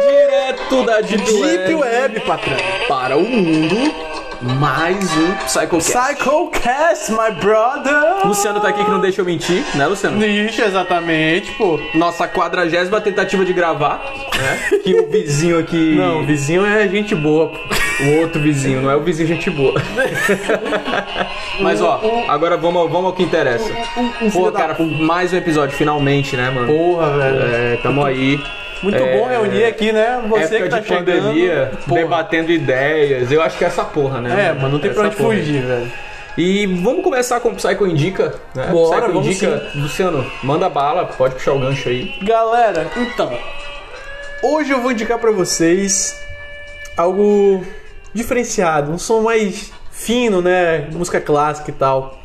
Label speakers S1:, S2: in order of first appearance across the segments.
S1: Direto da Deep,
S2: Deep
S1: Web
S2: Web, patrão.
S1: para o mundo, mais um Psychocast.
S2: Psycho Cast, my brother.
S1: Luciano tá aqui que não deixa eu mentir, né, Luciano?
S2: Ixi, exatamente, pô.
S1: Nossa quadragésima tentativa de gravar, né? Que o vizinho aqui.
S2: Não, o vizinho é gente boa, pô.
S1: O outro vizinho, não é o vizinho gente boa. Mas ó, agora vamos, ao- vamos ao que interessa. Pô,
S2: filho da
S1: cara, mais um episódio, finalmente, né, mano?
S2: Porra, velho.
S1: É, tamo aí.
S2: Muito
S1: É,
S2: bom reunir aqui, né? Você
S1: época
S2: que tá
S1: de
S2: chegando.
S1: pandemia,
S2: Porra.
S1: debatendo ideias. Eu acho que é essa porra, né?
S2: É, mano, não tem
S1: Essa
S2: pra onde
S1: porra.
S2: fugir, velho.
S1: E vamos começar com o Psycho Indica, né?
S2: Bora,
S1: Psycho
S2: vamos
S1: Indica. Luciano, manda bala, pode puxar o gancho aí.
S2: Galera, então, hoje eu vou indicar pra vocês algo diferenciado, um som mais fino, né? Música clássica e tal.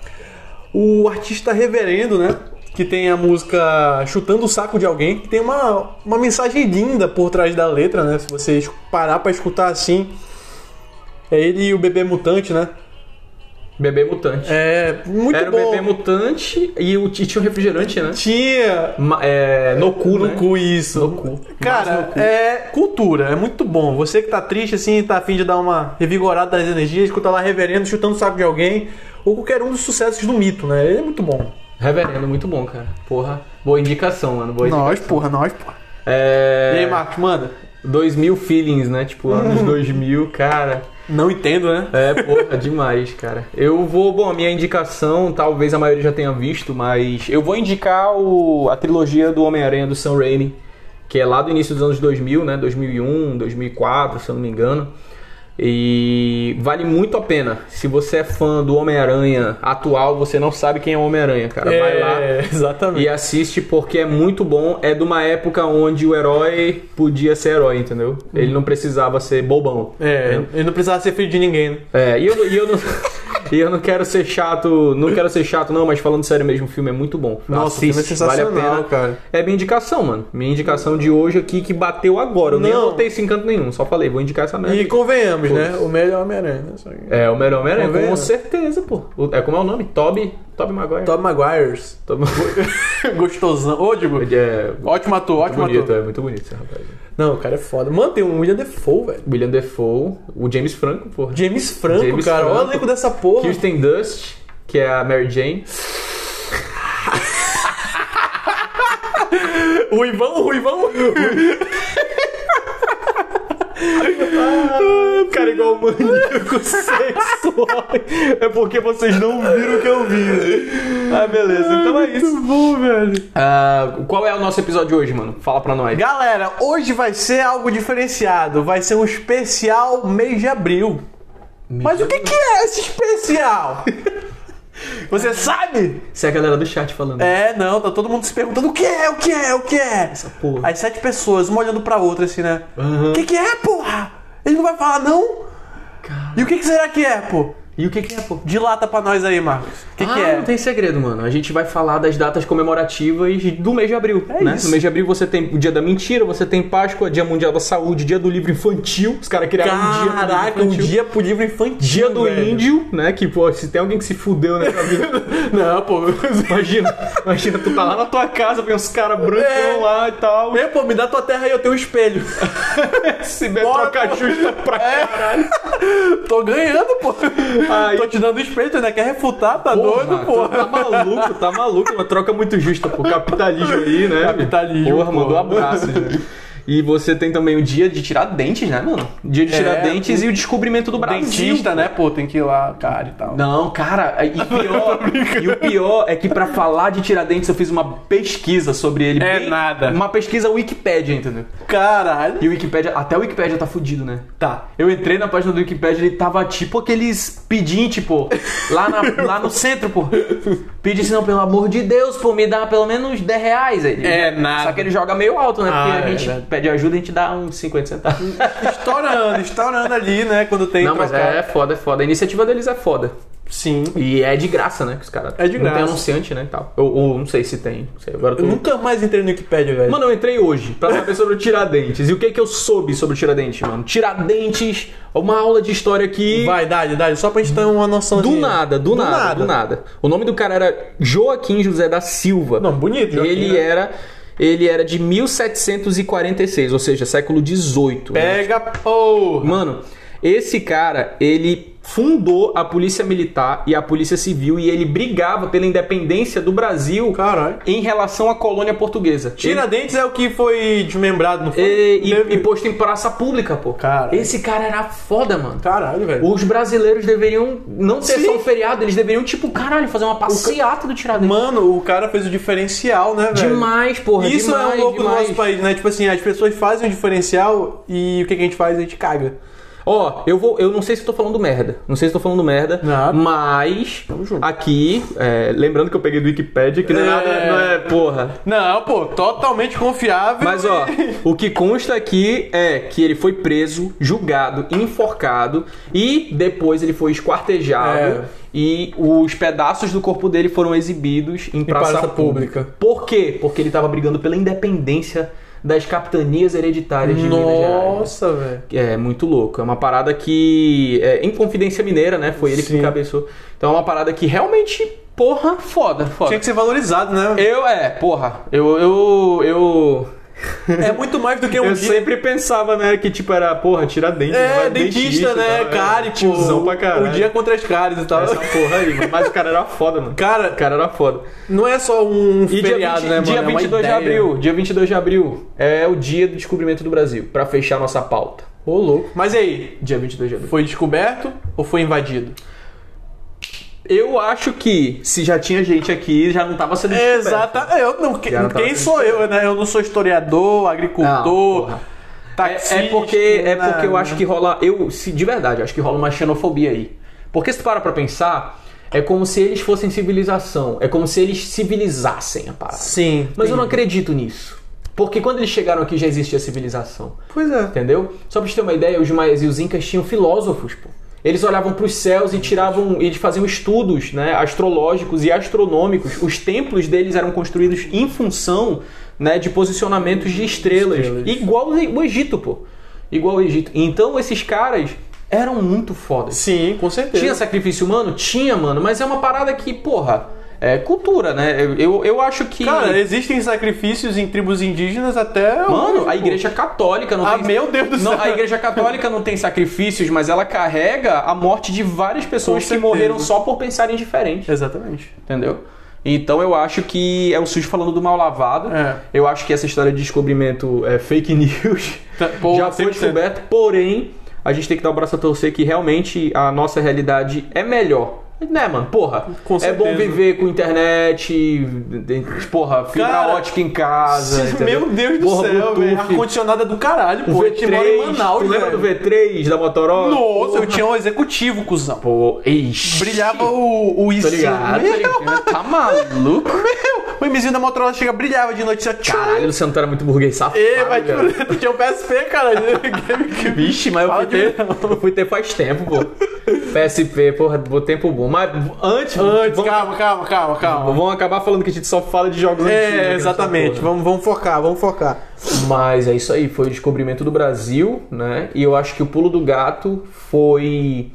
S2: O artista Reverendo, né? Que tem a música Chutando o Saco de Alguém, que tem uma, uma mensagem linda por trás da letra, né? Se você es- parar pra escutar assim. É ele e o bebê mutante, né?
S1: Bebê mutante.
S2: É muito
S1: Era
S2: bom.
S1: o bebê mutante e, o, e tinha o refrigerante, né?
S2: Tinha
S1: Ma- é, no cu,
S2: No
S1: né?
S2: cu, isso.
S1: No cu. Mas
S2: Cara,
S1: no cu.
S2: é cultura, é muito bom. Você que tá triste, assim, tá afim de dar uma revigorada nas energias, escuta lá reverendo, chutando o saco de alguém, ou qualquer um dos sucessos do mito, né? Ele é muito bom.
S1: Reverendo, muito bom, cara. Porra, boa indicação, mano. Boa indicação.
S2: Nós, porra, nós, porra.
S1: É,
S2: E aí, Marcos, manda?
S1: 2000 feelings, né? Tipo, anos 2000, cara.
S2: Não entendo, né?
S1: É, porra, demais, cara. Eu vou, bom, a minha indicação, talvez a maioria já tenha visto, mas eu vou indicar o, a trilogia do Homem-Aranha do Sam Raimi, que é lá do início dos anos 2000, né? 2001, 2004, se eu não me engano. E vale muito a pena. Se você é fã do Homem-Aranha atual, você não sabe quem é o Homem-Aranha, cara. Vai lá.
S2: exatamente.
S1: E assiste porque é muito bom. É de uma época onde o herói podia ser herói, entendeu? Ele não precisava ser bobão.
S2: É, ele não precisava ser filho de ninguém, né?
S1: É, e eu, e eu não. E eu não quero ser chato, não quero ser chato não, mas falando sério mesmo, o filme é muito bom.
S2: Nossa, o filme é sensacional, cara.
S1: É minha indicação, mano. Minha indicação de hoje aqui que bateu agora. Eu nem
S2: Não.
S1: anotei esse encanto nenhum, só falei, vou indicar essa merda.
S2: E
S1: aqui.
S2: convenhamos, né? O melhor Homem-Aranha. né? Só que-
S1: É, o melhor Homem-Aranha,
S2: Tá
S1: com
S2: vendo?
S1: certeza, pô. O- É como é o nome? Toby, Toby Maguire.
S2: Tobey Maguires.
S1: Toby
S2: Gostosão. Ô, digo,
S1: Ele é
S2: ótimo ator,
S1: muito
S2: ótimo
S1: bonito,
S2: ator.
S1: é muito bonito esse rapaz.
S2: Não, o cara é foda. Mano, tem um William Defoe, velho.
S1: William Defoe, o James Franco, porra.
S2: James Franco,
S1: James
S2: cara. Olha
S1: Franco.
S2: o elenco dessa porra.
S1: Kirsten Dust, que é a Mary Jane.
S2: Ruivão, Ruivão. Ah, cara, igual maníaco sexual. É porque vocês não viram o que eu vi. Ah, beleza. Então é isso. Muito bom, velho.
S1: Ah, qual é o nosso episódio hoje, mano? Fala pra nós.
S2: Galera, hoje vai ser algo diferenciado. Vai ser um especial mês de abril. Mas o que, que é esse especial? Você sabe?
S1: Isso é a galera do chat falando.
S2: É, não, tá todo mundo se perguntando o que é, o que é, o que é.
S1: porra.
S2: As sete pessoas, uma olhando pra outra assim, né? O
S1: Aham.
S2: que que é, porra? Ele não vai falar, não?
S1: Cara.
S2: E o que que será que é, pô?
S1: E o que, que é, pô?
S2: Dilata pra nós aí, Marcos. O que
S1: ah,
S2: que é?
S1: não tem segredo, mano. A gente vai falar das datas comemorativas do mês de abril,
S2: É
S1: né?
S2: isso.
S1: No mês de abril você tem o dia da mentira, você tem Páscoa, dia mundial da saúde, dia do livro infantil. Os caras criaram
S2: Caraca,
S1: um dia pro livro
S2: um
S1: infantil.
S2: dia pro livro infantil.
S1: Dia do
S2: velho.
S1: índio, né? Que, pô, se tem alguém que se fudeu nessa vida.
S2: Não, pô.
S1: imagina, imagina, tu tá lá na tua casa, vem uns caras brancão
S2: É.
S1: lá e tal.
S2: Meu, pô, me dá tua terra aí, eu tenho um espelho.
S1: Se der
S2: Bora,
S1: troca
S2: pô.
S1: justa pra caralho.
S2: Tô ganhando, pô.
S1: Aí.
S2: Tô te dando um espelho, tu ainda quer refutar? Tá doido,
S1: pô.
S2: pô.
S1: Tá maluco, tá maluco. Uma troca muito justa, pô. Capitalismo aí, né?
S2: Capitalismo,
S1: Porra, mandou
S2: porra.
S1: abraço. né? E você tem também o dia de tirar dentes, né, mano? Dia de tirar dentes e o descobrimento do Brasil.
S2: É, Dentista, né, pô, tem que ir lá, cara e tal.
S1: Não, cara, é, e pior, e o pior é que pra falar de Tiradentes eu fiz uma pesquisa sobre ele.
S2: É nada.
S1: Uma pesquisa Wikipédia, entendeu?
S2: Caralho.
S1: E o Wikipédia, até o Wikipédia tá fudido, né?
S2: Tá.
S1: Eu entrei na página do Wikipedia, ele tava tipo aqueles pedinte, pô. Lá, na- lá no centro, pô. Pedi assim, não, pelo amor de Deus, pô, me dá pelo menos 10 reais. Aí,
S2: É, nada.
S1: Só que ele joga meio alto, né? Porque
S2: Ah,
S1: a
S2: é,
S1: gente
S2: verdade.
S1: pede ajuda e a gente dá uns 50 centavos.
S2: Estourando, estourando ali, né, quando tem
S1: não, mas
S2: trocar.
S1: é foda, é foda. A iniciativa deles é foda.
S2: Sim.
S1: E é de graça, né? Que os caras.
S2: É de
S1: Não tem
S2: graça.
S1: anunciante, né? e Tal. Ou, ou não sei se tem. Não sei, agora eu tô-
S2: Eu nunca mais entrei no Wikipedia, velho.
S1: Mano, eu entrei hoje pra saber sobre o Tiradentes. E o que que eu soube sobre o Tiradentes, mano? Tiradentes, é uma aula de história aqui.
S2: Vai, idade, idade, só pra gente ter uma noção
S1: Do nada, do, nada, do nada. O nome do cara era Joaquim José da Silva.
S2: Não, bonito, Joaquim,
S1: ele
S2: né?
S1: era ele era de 1746, ou seja, século 18. né?
S2: Pega, porra.
S1: Mano, esse cara, ele fundou a Polícia Militar e a Polícia Civil e ele brigava pela independência do Brasil
S2: Caralho.
S1: em relação à colônia portuguesa.
S2: Tiradentes é o que foi desmembrado, não foi?
S1: E, e-
S2: Teve-
S1: e posto em praça pública, pô.
S2: Cara. é.
S1: Esse cara era foda, mano.
S2: Caralho, velho.
S1: Os brasileiros deveriam não ter
S2: Sim.
S1: só um feriado, eles deveriam, tipo, caralho, fazer uma passeata do Tiradentes.
S2: Mano, o cara fez o diferencial, né, velho?
S1: Demais, porra,
S2: Isso
S1: demais,
S2: é um louco
S1: demais.
S2: do nosso país, né? Tipo assim, as pessoas fazem o diferencial e o que, que a gente faz? A gente caga.
S1: Ó, eu vou. Eu não sei se eu tô falando merda. Não sei se eu tô falando merda.
S2: Nada.
S1: Mas.
S2: Tamo junto.
S1: Aqui, é, lembrando que eu peguei do Wikipedia, que não é,
S2: É.
S1: nada. Não é, porra.
S2: Não, pô, totalmente confiável.
S1: Mas ó, o que consta aqui é que ele foi preso, julgado, enforcado e depois ele foi esquartejado
S2: É.
S1: e os pedaços do corpo dele foram exibidos em praça,
S2: praça pública.
S1: Por quê? Porque ele tava brigando pela independência das capitanias hereditárias de Minas Gerais.
S2: Nossa, velho.
S1: É muito louco. É uma parada que. É, em Confidência Mineira, né? Foi ele que
S2: Sim.
S1: encabeçou. Então é uma parada que realmente, porra, foda, foda.
S2: Tinha que ser valorizado, né?
S1: Eu, é, porra. Eu. Eu. eu...
S2: É muito mais do que um
S1: Eu
S2: dia-
S1: sempre pensava, né, que tipo era, porra, tirar dente.
S2: É,
S1: vai
S2: dentista,
S1: tá?
S2: né? Cárie,
S1: É, tiozão
S2: pô.
S1: pra caralho.
S2: O dia contra as caras e tal.
S1: Essa porra aí, mano. Mas o cara era foda, mano.
S2: Cara,
S1: O cara era foda.
S2: não é só um
S1: E dia,
S2: feriado,
S1: 20
S2: né, mano?
S1: dia
S2: É uma
S1: 22 de
S2: ideia.
S1: abril, dia 22 de abril é o dia do descobrimento do Brasil, pra fechar nossa pauta.
S2: Ô, louco. Mas e aí?
S1: Dia 22 de abril.
S2: Foi descoberto ou foi invadido?
S1: Eu acho que se já tinha gente aqui, já não tava sendo descoberto.
S2: Exata. é, Eu não, que-
S1: Já não tava
S2: quem
S1: sendo
S2: sou eu, né? Eu não sou historiador,
S1: Não,
S2: agricultor,
S1: porra.
S2: taxista.
S1: É, é porque é porque eu
S2: nada.
S1: acho que rola eu se de verdade acho que rola uma xenofobia aí porque se tu para pra pensar é como se eles fossem civilização é como se eles civilizassem a parada
S2: Sim.
S1: mas eu não acredito nisso porque quando eles chegaram aqui já existia civilização
S2: Pois é.
S1: entendeu só pra gente ter uma ideia os maias e os incas tinham filósofos pô eles olhavam pros céus e tiravam eles faziam estudos né astrológicos e astronômicos os templos deles eram construídos em função né de posicionamentos de estrelas,
S2: Estrelas.
S1: igual o Egito pô igual o Egito então esses caras eram muito fodas
S2: Sim, com certeza.
S1: tinha sacrifício humano tinha mano mas é uma parada que porra é cultura né eu, eu, eu acho que
S2: Cara, existem sacrifícios em tribos indígenas até. hoje,
S1: Mano,
S2: pô.
S1: a igreja católica não
S2: Ah,
S1: tem.
S2: meu Deus do
S1: não,
S2: céu.
S1: A igreja católica não tem sacrifícios, mas ela carrega a morte de várias pessoas que
S2: Com certeza.
S1: morreram só por pensarem diferente.
S2: Exatamente.
S1: Entendeu? Então eu acho que é o SUS falando do mal lavado.
S2: É.
S1: Eu acho que essa história de descobrimento é fake news.
S2: Tá, porra,
S1: Já foi
S2: 100%.
S1: descoberto, porém, a gente tem que dar o braço a torcer que realmente a nossa realidade é melhor. Né, mano? Porra.
S2: Com
S1: é
S2: certeza.
S1: bom viver com internet, porra, fibra
S2: Cara,
S1: ótica em casa. entendeu?
S2: Meu Deus do
S1: Porra,
S2: céu,
S1: Bluetooth,
S2: velho. Ar-condicionado é do caralho,
S1: o
S2: pô. A gente mora em Manaus, né,
S1: tu lembra
S2: velho.
S1: do V3 da Motorola?
S2: Nossa, eu tinha um executivo, cuzão.
S1: Pô, ixi.
S2: Brilhava o, o
S1: Tô
S2: izinho.
S1: ligado, tô
S2: Meu,
S1: ligado. Tá maluco?
S2: O izinho da Motorola chega, brilhava de noite. assim, Tchau.
S1: Caralho, Luciano, tu era muito burguês safado.
S2: Ê, mas
S1: cara.
S2: tu, tu tinha um PSP, cara. GameCube.
S1: Vixe, mas eu fui,
S2: Fala
S1: ter,
S2: de
S1: eu fui ter faz tempo, pô. PSP, porra, bom tempo bom. Mas antes,
S2: Antes,
S1: vamos,
S2: calma, calma, calma, calma.
S1: vamos né, acabar falando que a gente só fala de jogos antigos. aqui
S2: É,
S1: nessa
S2: exatamente.
S1: porra.
S2: Vamos, vamos focar, vamos focar.
S1: Mas é isso aí, foi o descobrimento do Brasil, né? E eu acho que o pulo do gato foi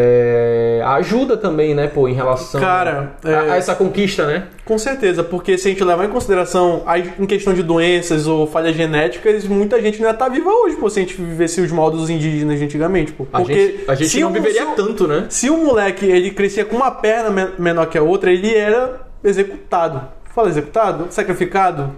S1: é, a ajuda também, né, pô, em relação
S2: Cara,
S1: a- a
S2: é.
S1: essa conquista, né?
S2: Com certeza, porque se a gente levar em consideração a, em questão de doenças ou falhas genéticas, muita gente não ia estar viva hoje, pô, se a gente vivesse os modos indígenas de antigamente, pô.
S1: A
S2: Porque
S1: gente, a gente
S2: se
S1: não
S2: um-
S1: viveria
S2: se um-
S1: tanto, né?
S2: Se o moleque ele crescia com uma perna men- menor que a outra, ele era executado. Fala executado? Sacrificado?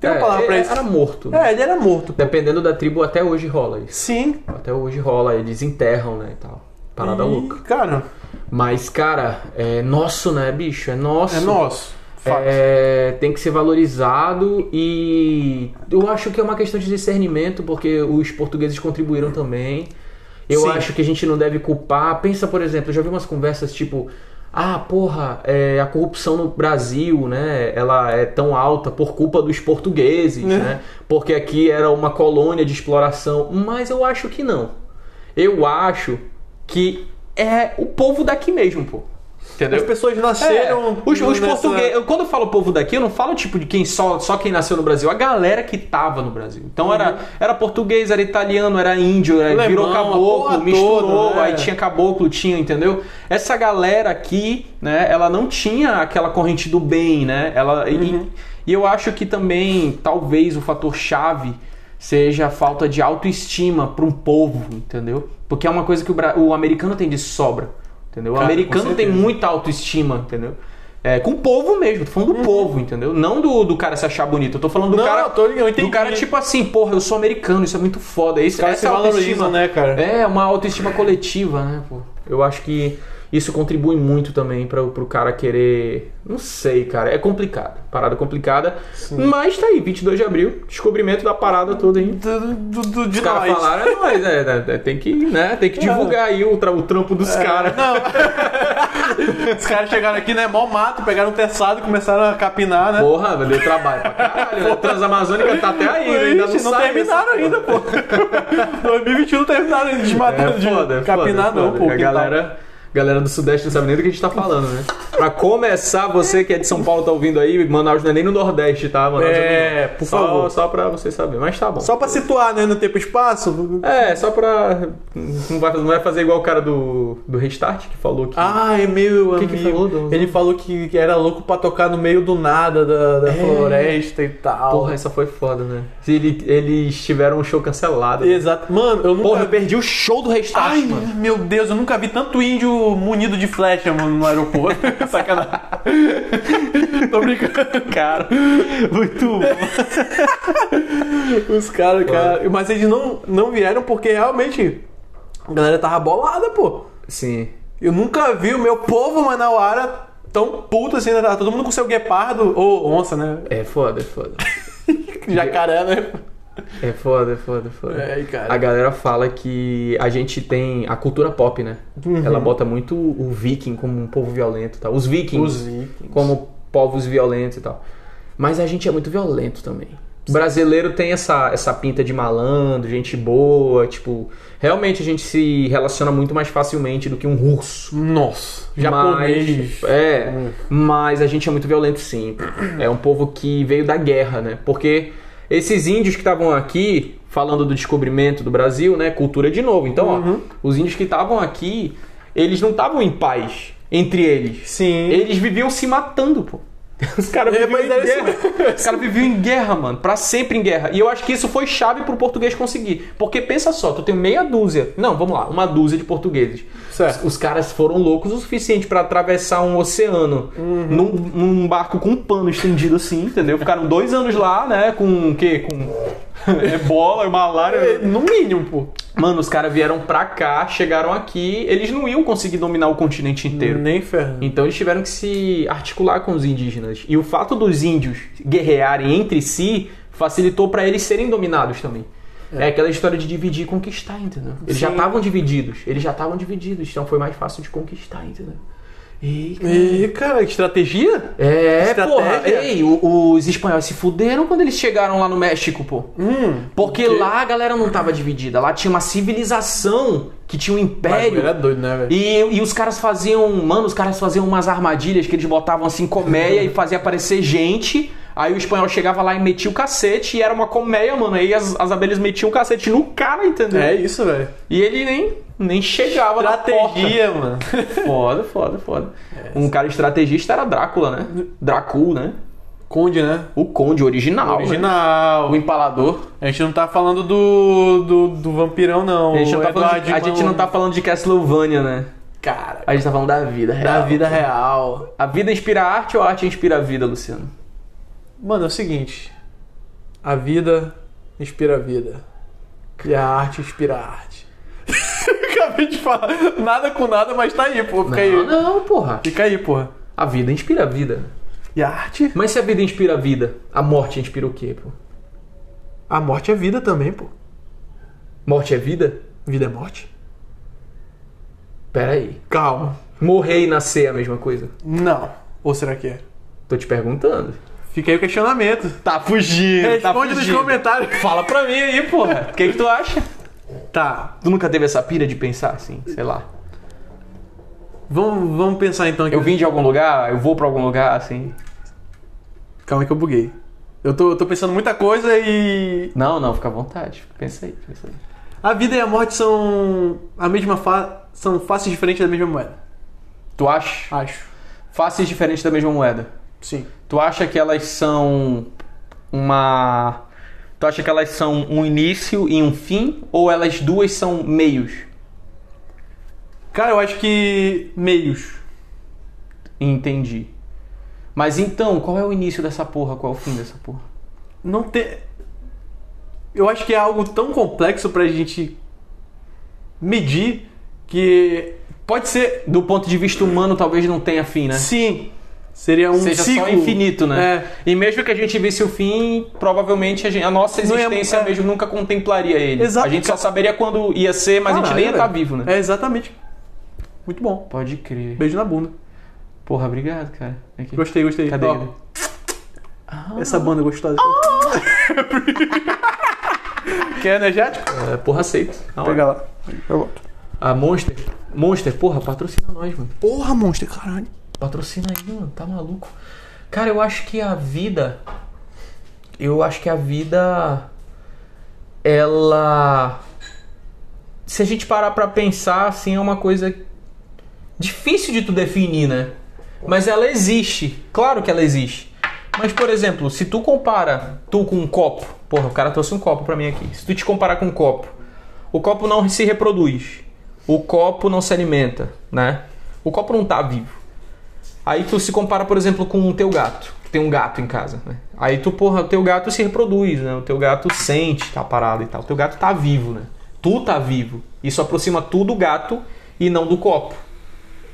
S2: Tem uma
S1: É,
S2: palavra pra
S1: ele
S2: isso.
S1: Era morto, né?
S2: É, ele era morto. pô.
S1: Dependendo da tribo, até hoje rola isso.
S2: Sim.
S1: Até hoje rola, eles enterram, né, e tal. Parada
S2: E,
S1: louca.
S2: Cara,
S1: Mas, cara, é nosso, né, bicho? É nosso.
S2: é nosso. Fato.
S1: É, tem que ser valorizado e eu acho que é uma questão de discernimento, porque os portugueses contribuíram também. Eu
S2: Sim.
S1: acho que a gente não deve culpar. Pensa, por exemplo, eu já vi umas conversas tipo: ah, porra, é, a corrupção no Brasil, né? Ela é tão alta por culpa dos portugueses,
S2: É.
S1: né? Porque aqui era uma colônia de exploração. Mas eu acho que não. Eu acho que é o povo daqui mesmo, pô. Entendeu?
S2: As pessoas
S1: É,
S2: nasceram.
S1: os, os
S2: nessa-
S1: portugueses. eu- Quando eu falo povo daqui, eu não falo tipo de quem só, só quem nasceu no Brasil, a galera que tava no Brasil. Então era, era português, era italiano, era índio, era,
S2: Uhum. Alemão,
S1: virou
S2: a
S1: caboclo,
S2: porra
S1: misturou,
S2: toda, né?
S1: aí tinha caboclo, tinha, entendeu? Essa galera aqui, né, ela não tinha aquela corrente do bem, né? Ela,
S2: Uhum.
S1: e, e eu acho que também, talvez, o fator chave seja a falta de autoestima para um povo, entendeu? Porque é uma coisa que o, bra- o americano tem de sobra, entendeu? O
S2: Cara, com
S1: americano tem
S2: certeza.
S1: muita autoestima, entendeu? É, com o povo mesmo, tô falando do povo, entendeu? Não do, do cara se achar bonito. Eu tô falando do
S2: Uhum. Não,
S1: cara.
S2: tô ligado, eu entendi.
S1: do cara, tipo assim, porra, eu sou americano, isso é muito foda. Isso,
S2: Os caras
S1: essa é
S2: se valorizam,
S1: autoestima,
S2: né, cara?
S1: É, uma autoestima coletiva, né, pô? Eu acho que isso contribui muito também para pro cara querer. Não sei, cara. É complicado. Parada complicada. Mas tá aí, 22 de abril, descobrimento da parada toda aí.
S2: Do, do, do- de
S1: Os caras
S2: nós.
S1: falaram, é nóis, é, é, é, tem que, né, tem que divulgar aí o, tra- o trampo dos
S2: É.
S1: caras.
S2: Os caras chegaram aqui, né? Mó mato, pegaram um terçado e começaram a capinar, né?
S1: Porra, deu trabalho pra caralho. né? Transamazônica tá até aí, né? ainda não,
S2: Ixi, não,
S1: saiu
S2: terminaram
S1: essa
S2: ainda,
S1: porra.
S2: pô. 2021 não terminaram ainda de matar,
S1: É foda, é
S2: de capinar,
S1: foda, é
S2: não,
S1: foda.
S2: pô.
S1: A
S2: quintal.
S1: galera, galera do Sudeste não sabe nem do que a gente tá falando, né? Pra começar, você que é de São Paulo tá ouvindo aí, Manaus não é nem no Nordeste, tá? Manaus
S2: É,
S1: no-
S2: por
S1: só,
S2: favor.
S1: Só pra você saber, mas tá bom.
S2: Só pra situar, né? No tempo e espaço.
S1: É, só pra... Não vai, não vai fazer igual o cara do, do Restart, que falou que...
S2: Ah, é meu
S1: Que que
S2: amigo.
S1: falou, Dom?
S2: Ele falou que era louco pra tocar no meio do nada da, da floresta e tal.
S1: É. Porra, essa foi foda, né? Ele- eles tiveram um show cancelado. né?
S2: Exato. Mano, eu nunca
S1: Porra, eu perdi o show do Restart,
S2: Ai,
S1: mano.
S2: meu Deus, eu nunca vi tanto índio munido de flecha mano, no aeroporto. Sacanagem. Tô brincando, cara.
S1: Muito
S2: Os caras, cara. Mas eles não, não vieram porque realmente a galera tava bolada, pô.
S1: Sim.
S2: Eu nunca vi o meu povo manauara tão puto assim, né? Tava todo mundo com seu guepardo, ou onça, né?
S1: É foda, é foda.
S2: Jacaré, né?
S1: É foda, é foda, é foda.
S2: É, cara.
S1: A galera fala que a gente tem a cultura pop, né?
S2: Uhum.
S1: Ela bota muito o viking como um povo violento, e tal. Os vikings
S2: Os vikings.
S1: como povos violentos e tal. Mas a gente é muito violento também. Brasileiro tem essa, essa pinta de malandro, gente boa, tipo, realmente a gente se relaciona muito mais facilmente do que um urso.
S2: Nossa, japonês.
S1: Mas, é, mas a gente é muito violento sim. É um povo que veio da guerra, né? Porque esses índios que estavam aqui, falando do descobrimento do Brasil, né? Cultura de novo. Então, ó, os índios que estavam aqui, eles não estavam em paz entre eles.
S2: Sim.
S1: Eles viviam se matando, pô. Os caras
S2: É,
S1: viviam
S2: mas
S1: em
S2: era isso
S1: guerra. Os caras viviam em guerra, mano. Pra sempre em guerra. E eu acho que isso foi chave pro português conseguir. Porque pensa só, tu tem meia dúzia. Não, vamos lá, uma dúzia de portugueses.
S2: Certo.
S1: Os caras foram loucos o suficiente pra atravessar um oceano
S2: Uhum.
S1: num, num barco com um pano estendido assim, entendeu? Ficaram dois anos lá, né? Com o quê? Com ebola, malária.
S2: É, No mínimo, pô.
S1: Mano, os caras vieram pra cá, chegaram aqui, eles não iam conseguir dominar o continente inteiro.
S2: Nem ferrando.
S1: Então eles tiveram que se articular com os indígenas. E o fato dos índios guerrearem entre si facilitou pra eles serem dominados também. É. aquela história de dividir e conquistar, entendeu? Eles já
S2: Sim.
S1: estavam divididos. Eles já estavam divididos, então foi mais fácil de conquistar, entendeu? E, cara,
S2: E, cara, que estratégia?
S1: é,
S2: Estratégia?
S1: porra, ei, o- os espanhóis se fuderam quando eles chegaram lá no México, pô.
S2: Hum.
S1: Porque lá a galera não tava dividida, lá tinha uma civilização que tinha um império.
S2: Era doido, né, velho?
S1: E, e os caras faziam, mano, os caras faziam umas armadilhas que eles botavam assim colmeia e fazia aparecer gente. Aí o espanhol chegava lá e metia o cacete e era uma colmeia, mano. Aí as, as abelhas metiam o cacete no cara, entendeu?
S2: É isso, velho.
S1: E ele nem, nem chegava na porta.
S2: Estratégia, mano.
S1: Foda, foda, foda. Um cara estrategista era Drácula, né? Dracul, né?
S2: Conde, né?
S1: O conde original. né?
S2: Original.
S1: O empalador.
S2: A gente não tá falando do, do, do vampirão, não.
S1: A gente, não
S2: O
S1: tá falando
S2: Eduardo
S1: de, a gente não tá falando de Castlevania, né?
S2: Cara,
S1: A gente tá falando da vida real.
S2: da vida real.
S1: A vida inspira a arte ou a arte inspira a vida, Luciano?
S2: Mano, é o seguinte. A vida inspira a vida. E a arte inspira a arte. Acabei de falar. Nada com nada, mas tá aí, pô. Fica aí.
S1: não, porra.
S2: Fica aí, porra.
S1: A vida inspira a vida.
S2: E a arte?
S1: Mas se a vida inspira a vida, a morte inspira o quê, pô?
S2: A morte é vida também, pô.
S1: Morte é vida?
S2: Vida é morte?
S1: Pera aí.
S2: Calma.
S1: Morrer e nascer é a mesma coisa?
S2: Não. Ou será que é?
S1: Tô te perguntando.
S2: Fica aí o questionamento.
S1: Tá fugindo,
S2: Responde nos comentários.
S1: Fala pra mim aí, porra. O que, que tu acha?
S2: Tá.
S1: Tu nunca teve essa pira de pensar assim, sei lá.
S2: Vamos, vamos pensar então aqui.
S1: Eu vim de algum lugar, eu vou pra algum lugar, assim.
S2: Calma aí que eu buguei. Eu tô, eu tô pensando muita coisa e.
S1: Não, não, fica à vontade. Pensa aí, pensa aí.
S2: A vida e a morte são a mesma fa... são faces diferentes da mesma moeda.
S1: Tu acha?
S2: Acho.
S1: Faces diferentes da mesma moeda.
S2: Sim.
S1: Tu acha que elas são uma. Tu acha que elas são um início e um fim? Ou elas duas são meios?
S2: Cara, eu acho que meios.
S1: Entendi. Mas então, qual é o início dessa porra? Qual é o fim dessa porra?
S2: Não tem. Eu acho que é algo tão complexo pra gente medir que pode ser.
S1: Do ponto de vista humano, talvez não tenha fim, né?
S2: Sim. Seria um
S1: Seja
S2: ciclo. É.
S1: só infinito, né? E mesmo que a gente visse o fim, provavelmente a, gente- a nossa
S2: Não ia-
S1: existência
S2: é.
S1: mesmo nunca contemplaria ele.
S2: Exato.
S1: A gente só saberia quando ia ser, mas a gente
S2: Caralho,
S1: nem ia estar
S2: velho.
S1: vivo, né?
S2: É, exatamente. Muito bom.
S1: Pode crer.
S2: Beijo na bunda.
S1: Porra, obrigado, cara. Aqui.
S2: Gostei, gostei.
S1: Cadê
S2: Ó,
S1: ele?
S2: Essa banda gostosa. Quer energético?
S1: É, porra, aceito. Na hora.
S2: Pega lá. Eu volto.
S1: A Monster. Monster, porra, patrocina nós, mano.
S2: Porra, monstro, caralho.
S1: Patrocina aí, mano. Tá maluco. Cara, eu acho que a vida. Eu acho que a vida. Ela. Se a gente parar pra pensar, assim, é uma coisa difícil de tu definir, né? Mas ela existe. Claro que ela existe. Mas, por exemplo, se tu compara tu com um copo, porra, o cara trouxe um copo pra mim aqui. Se tu te comparar com um copo, o copo não se reproduz. O copo não se alimenta, né? O copo não tá vivo. Aí tu se compara, por exemplo, com o teu gato. Tu tem um gato em casa, né? Aí tu, porra, o teu gato se reproduz, né? O teu gato sente tá parado e tal. O teu gato tá vivo, né? Tu tá vivo. Isso aproxima tu do gato e não do copo.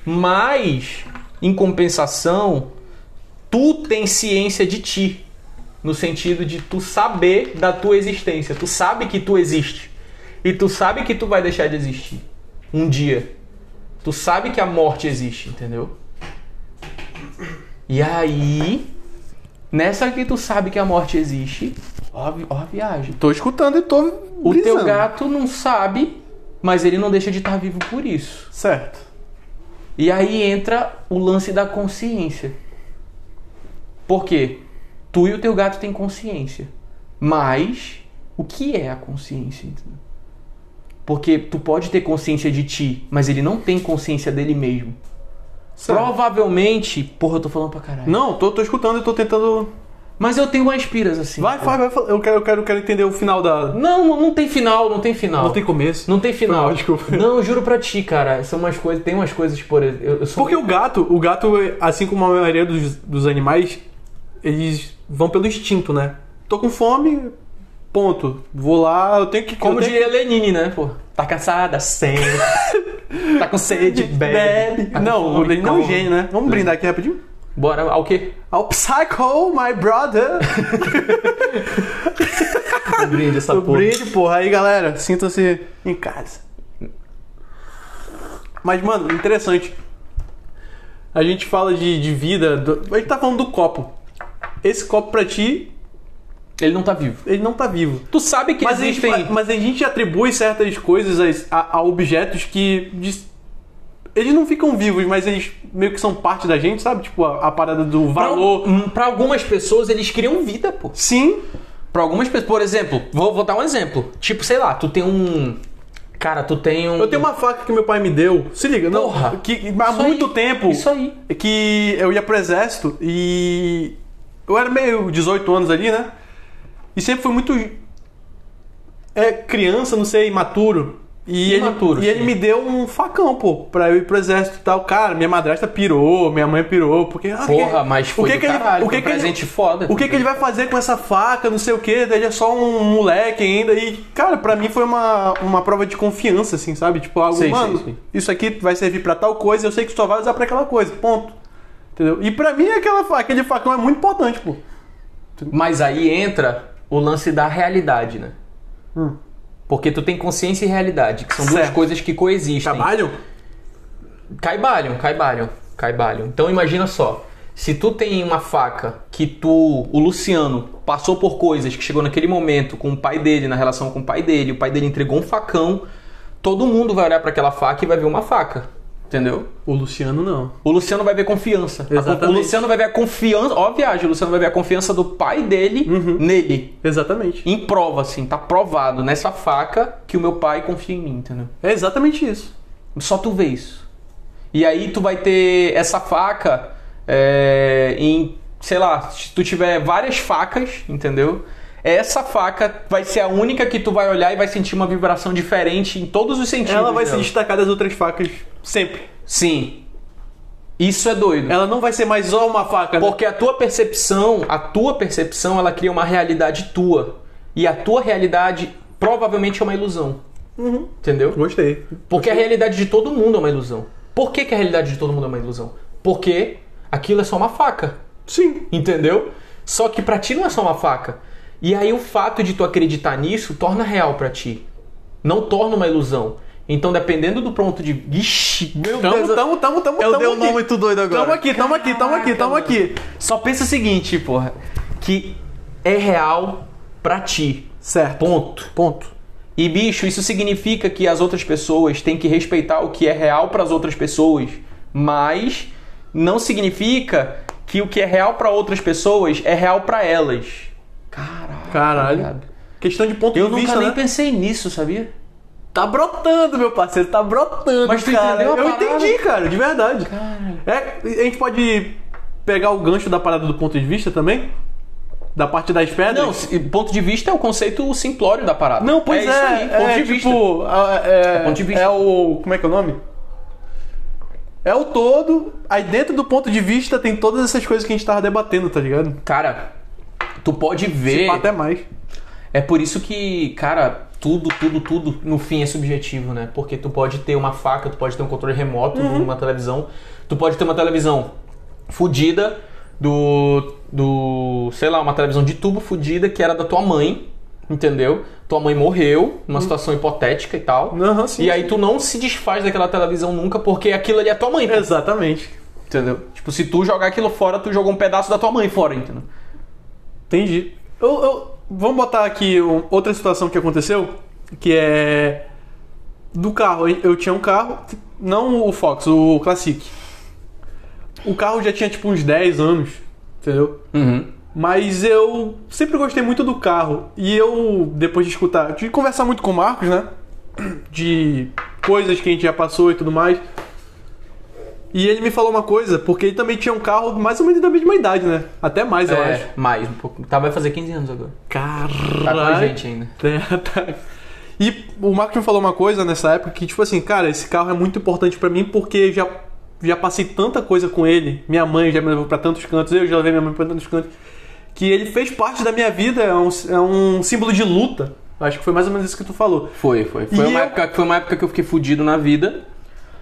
S1: Mas, em compensação, tu tem ciência de ti. No sentido de tu saber da tua existência. Tu sabe que tu existe. E tu sabe que tu vai deixar de existir. Um dia. Tu sabe que a morte existe, entendeu? E aí, nessa que tu sabe que a morte existe, ó, a vi- ó a viagem.
S2: Tô escutando e tô.
S1: O
S2: brisando.
S1: teu gato não sabe, mas ele não deixa de estar vivo por isso.
S2: Certo.
S1: E aí entra o lance da consciência. Por quê? Tu e o teu gato têm consciência. Mas o que é a consciência? entendeu? Porque tu pode ter consciência de ti, mas ele não tem consciência dele mesmo.
S2: certo.
S1: Provavelmente, porra, eu tô falando pra caralho.
S2: Não, tô, tô escutando e tô tentando.
S1: Mas eu tenho umas piras assim.
S2: Vai, vai, vai. fala. Eu quero, eu quero, eu quero entender o final da.
S1: Não, não tem final, não tem final.
S2: Não tem começo.
S1: Não tem final.
S2: Não, desculpa.
S1: Não, juro pra ti, cara. São umas coisas. Tem umas coisas, por exemplo. Eu, eu sou
S2: Porque o gato, o gato, assim como a maioria dos, dos animais, eles vão pelo instinto, né? Tô com fome, ponto. Vou lá, eu tenho que
S1: Como
S2: eu tenho
S1: diria Lenine, né, pô? Tá cansada, sede. tá com sede,
S2: que-
S1: bebe. Tá com
S2: Não,
S1: fome,
S2: ele não é um
S1: come.
S2: gênio, né? Vamos brindar aqui rapidinho?
S1: Bora, ao quê?
S2: Ao Psycho, my brother!
S1: Um brinde essa
S2: O brinde, porra. Aí, galera, sintam-se em casa. Mas, mano, interessante. A gente fala de, de vida. do- A gente tá falando do copo. Esse copo pra ti,
S1: Ele não tá vivo.
S2: ele não tá vivo.
S1: Tu sabe que
S2: Mas a, gente,
S1: existem.
S2: mas a gente atribui certas coisas a, a- a objetos que. de- eles não ficam vivos, mas eles meio que são parte da gente, sabe? Tipo, a, a parada do
S1: Pra-
S2: valor.
S1: hum, Pra algumas pessoas, eles criam vida, pô.
S2: Sim,
S1: Pra algumas pessoas. Por exemplo, vou, vou dar um exemplo. Tipo, sei lá, tu tem um. Cara, tu tem um.
S2: eu tenho uma faca que meu pai me deu. Se liga, não.
S1: Porra.
S2: Que, há
S1: Isso
S2: muito
S1: aí.
S2: tempo.
S1: Isso aí.
S2: É que eu ia pro exército e eu era meio 18 anos ali, né? E sempre fui muito é criança, não sei, imaturo. E
S1: Imaturo,
S2: ele, e ele
S1: sim.
S2: me deu um facão, pô, pra eu ir pro exército e tal. Cara, minha madrasta pirou, minha mãe pirou, porque. ah,
S1: Porra,
S2: que-
S1: mas foi
S2: o que
S1: do
S2: que ele-
S1: caralho,
S2: o que
S1: foi um
S2: que ele-
S1: presente foda.
S2: O que, que ele vai fazer com essa faca, não sei o quê? Ele é só um moleque ainda. E, cara, pra mim foi uma, uma prova de confiança, assim, sabe? Tipo, algo,
S1: Sei,
S2: mano,
S1: sei, sei.
S2: isso aqui vai servir pra tal coisa, eu sei que só vai usar pra aquela coisa, ponto. Entendeu? E pra mim aquela, fa- aquele facão é muito importante, pô.
S1: Mas aí entra o lance da realidade, né?
S2: Hum.
S1: Porque tu tem consciência e realidade, que são duas
S2: Certo. Tá,
S1: coisas que coexistem.
S2: Trabalho?
S1: Caibalham, caibalham, caibalham. Então imagina só, se tu tem uma faca que tu, o Luciano, passou por coisas que chegou naquele momento com o pai dele, na relação com o pai dele, o pai dele entregou um facão, todo mundo vai olhar pra aquela faca e vai ver uma faca. entendeu?
S2: O Luciano não.
S1: O Luciano vai ver confiança. A-
S2: Exatamente.
S1: O Luciano vai ver a confiança, ó a viagem, o Luciano vai ver a confiança do pai dele nele.
S2: Exatamente.
S1: Em prova, assim, tá provado nessa faca que o meu pai confia em mim, entendeu?
S2: É exatamente isso.
S1: Só tu vê isso. E aí tu vai ter essa faca é, em, sei lá, se tu tiver várias facas, entendeu? Essa faca vai ser a única que tu vai olhar e vai sentir uma vibração diferente em todos os sentidos.
S2: Ela vai se
S1: dela.
S2: destacar das outras facas sempre.
S1: Sim. Isso é doido.
S2: Ela não vai ser mais só uma faca. né?
S1: Porque a tua percepção, a tua percepção, ela cria uma realidade tua. E a tua realidade provavelmente é uma ilusão.
S2: Uhum.
S1: Entendeu?
S2: Gostei.
S1: Porque a realidade de todo mundo é uma ilusão. Por que, que a realidade de todo mundo é uma ilusão? Porque aquilo é só uma faca.
S2: Sim.
S1: Entendeu? Só que pra ti não é só uma faca. E aí o fato de tu acreditar nisso torna real pra ti. Não torna uma ilusão. Então, dependendo do ponto de. Ixi, meu Deus,
S2: Tamo, tamo, tamo, tamo.
S3: Eu
S2: tamo
S3: dei um
S2: aqui.
S3: nome muito doido agora.
S2: Tamo aqui, tamo aqui, tamo aqui, tamo aqui.
S1: Só pensa o seguinte, porra, que é real pra ti.
S2: Certo.
S1: Ponto.
S2: Ponto.
S1: E bicho, isso significa que as outras pessoas têm que respeitar o que é real pras outras pessoas, mas não significa que o que é real pra outras pessoas é real pra elas. Caralho. Tá
S2: Caralho.
S1: viado.
S2: Questão de ponto
S1: Eu
S2: de
S1: nunca
S2: vista,
S1: nem
S2: né?
S1: pensei nisso, sabia?
S2: Tá brotando, meu parceiro, tá brotando,
S1: Mas tu
S2: cara.
S1: entendeu a
S2: Eu
S1: parada?
S2: entendi, cara, de verdade.
S1: Caralho.
S2: É, a gente pode pegar o gancho da parada do ponto de vista também? Da parte das pedras?
S1: Não, se- ponto de vista é o conceito simplório da parada.
S2: Não, pois é.
S1: é isso aí, ponto
S2: é,
S1: de vista.
S2: tipo, a- é,
S1: ponto de vista.
S2: é o. Como é que é o nome? É o todo. Aí dentro do ponto de vista tem todas essas coisas que a gente tava debatendo, tá ligado?
S1: Cara, tu pode ver.
S2: Pá, Até mais.
S1: É por isso que, cara, tudo, tudo, tudo no fim é subjetivo, né? Porque tu pode ter uma faca, tu pode ter um controle remoto
S2: Uhum.
S1: numa televisão, tu pode ter uma televisão fudida do do, sei lá, uma televisão de tubo fudida que era da tua mãe, entendeu? Tua mãe morreu numa situação hipotética e tal.
S2: Uhum. Aham, sim,
S1: e aí tu não se desfaz daquela televisão nunca porque aquilo ali é tua mãe,
S2: Exatamente.
S1: entendeu? Tipo, se tu jogar aquilo fora, tu jogou um pedaço da tua mãe fora, entendeu?
S2: Entendi. Eu, eu- vamos botar aqui um- outra situação que aconteceu, que é do carro. Eu tinha um carro, não o Fox, o Classic. O carro já tinha tipo uns 10 anos, entendeu?
S1: Uhum.
S2: Mas eu sempre gostei muito do carro. E eu, depois de escutar, de conversar muito com o Marcos, né? De coisas que a gente já passou e tudo mais. E ele me falou uma coisa, porque ele também tinha um carro mais ou menos da mesma idade, né? Até mais, eu acho.
S1: É, mais um pouco. Tá, vai fazer 15 anos agora.
S2: Caralho.
S1: Tá com a gente ainda.
S2: Tá, tá. E o Marcos me falou uma coisa nessa época que, tipo assim, cara, esse carro é muito importante pra mim porque já, já passei tanta coisa com ele. Minha mãe já me levou pra tantos cantos, eu já levei minha mãe pra tantos cantos. Que ele fez parte da minha vida, é um, é um símbolo de luta. Acho que foi mais ou menos isso que tu falou.
S1: Foi, foi. Foi
S2: E
S1: uma,
S2: eu-
S1: época, foi uma época que eu fiquei fudido na vida.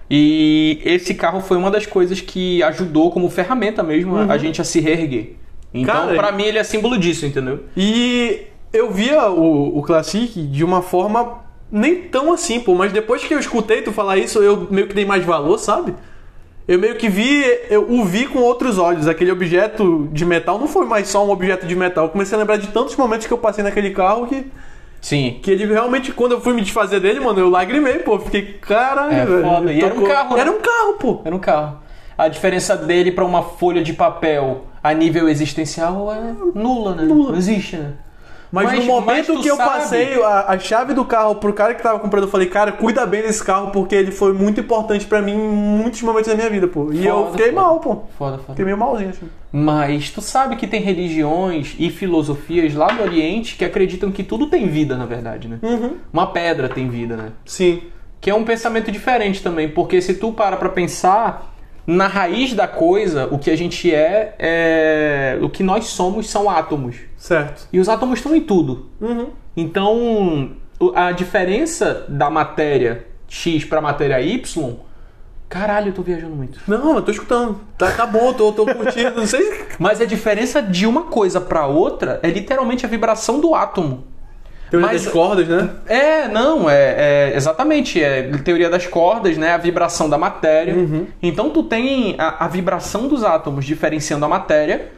S1: E esse carro foi uma das coisas que ajudou como ferramenta mesmo
S2: Uhum.
S1: a- a gente a se reerguer. Então,
S2: Cara,
S1: pra mim, ele é símbolo disso, entendeu?
S2: E eu via o, o Classic de uma forma nem tão assim, pô, mas depois que eu escutei tu falar isso, eu meio que dei mais valor, sabe? Eu meio que vi, eu o vi com outros olhos. Aquele objeto de metal não foi mais só um objeto de metal. Eu comecei a lembrar de tantos momentos que eu passei naquele carro que,
S1: Sim.
S2: que ele realmente, quando eu fui me desfazer dele, mano, eu lagrimei, pô. Fiquei, caralho,
S1: É
S2: velho.
S1: foda. E era um carro, né?
S2: Era um carro, pô.
S1: Era um carro. A diferença dele pra uma folha de papel a nível existencial é nula, né? Não existe, né?
S2: Mas, no
S1: mas
S2: momento
S1: tu
S2: que eu
S1: sabe-
S2: passei a, a chave do carro pro cara que tava comprando, eu falei, cara, cuida bem desse carro, porque ele foi muito importante pra mim em muitos momentos da minha vida, pô. E eu
S1: Foda,
S2: fiquei
S1: foda.
S2: mal, pô.
S1: Foda, foda.
S2: Fiquei meio malzinho, assim.
S1: Mas tu sabe que tem religiões e filosofias lá no Oriente que acreditam que tudo tem vida, na verdade, né?
S2: Uhum.
S1: Uma pedra tem vida, né?
S2: Sim.
S1: Que é um pensamento diferente também, porque se tu para pra pensar, na raiz da coisa, o que a gente é, é- o que nós somos são átomos.
S2: Certo.
S1: E os átomos estão em tudo.
S2: Uhum.
S1: Então, o- a diferença da matéria X pra matéria Y, caralho, eu tô viajando muito.
S2: Não, eu tô escutando. Tá, tá bom, tô, tô curtindo, não sei.
S1: Mas a diferença de uma coisa pra outra é literalmente a vibração do átomo.
S2: Teoria
S1: Mas-
S2: das cordas, né?
S1: É, não, é, é- exatamente, é teoria das cordas, né? A vibração da matéria. Então tu tem a, a vibração dos átomos diferenciando a matéria,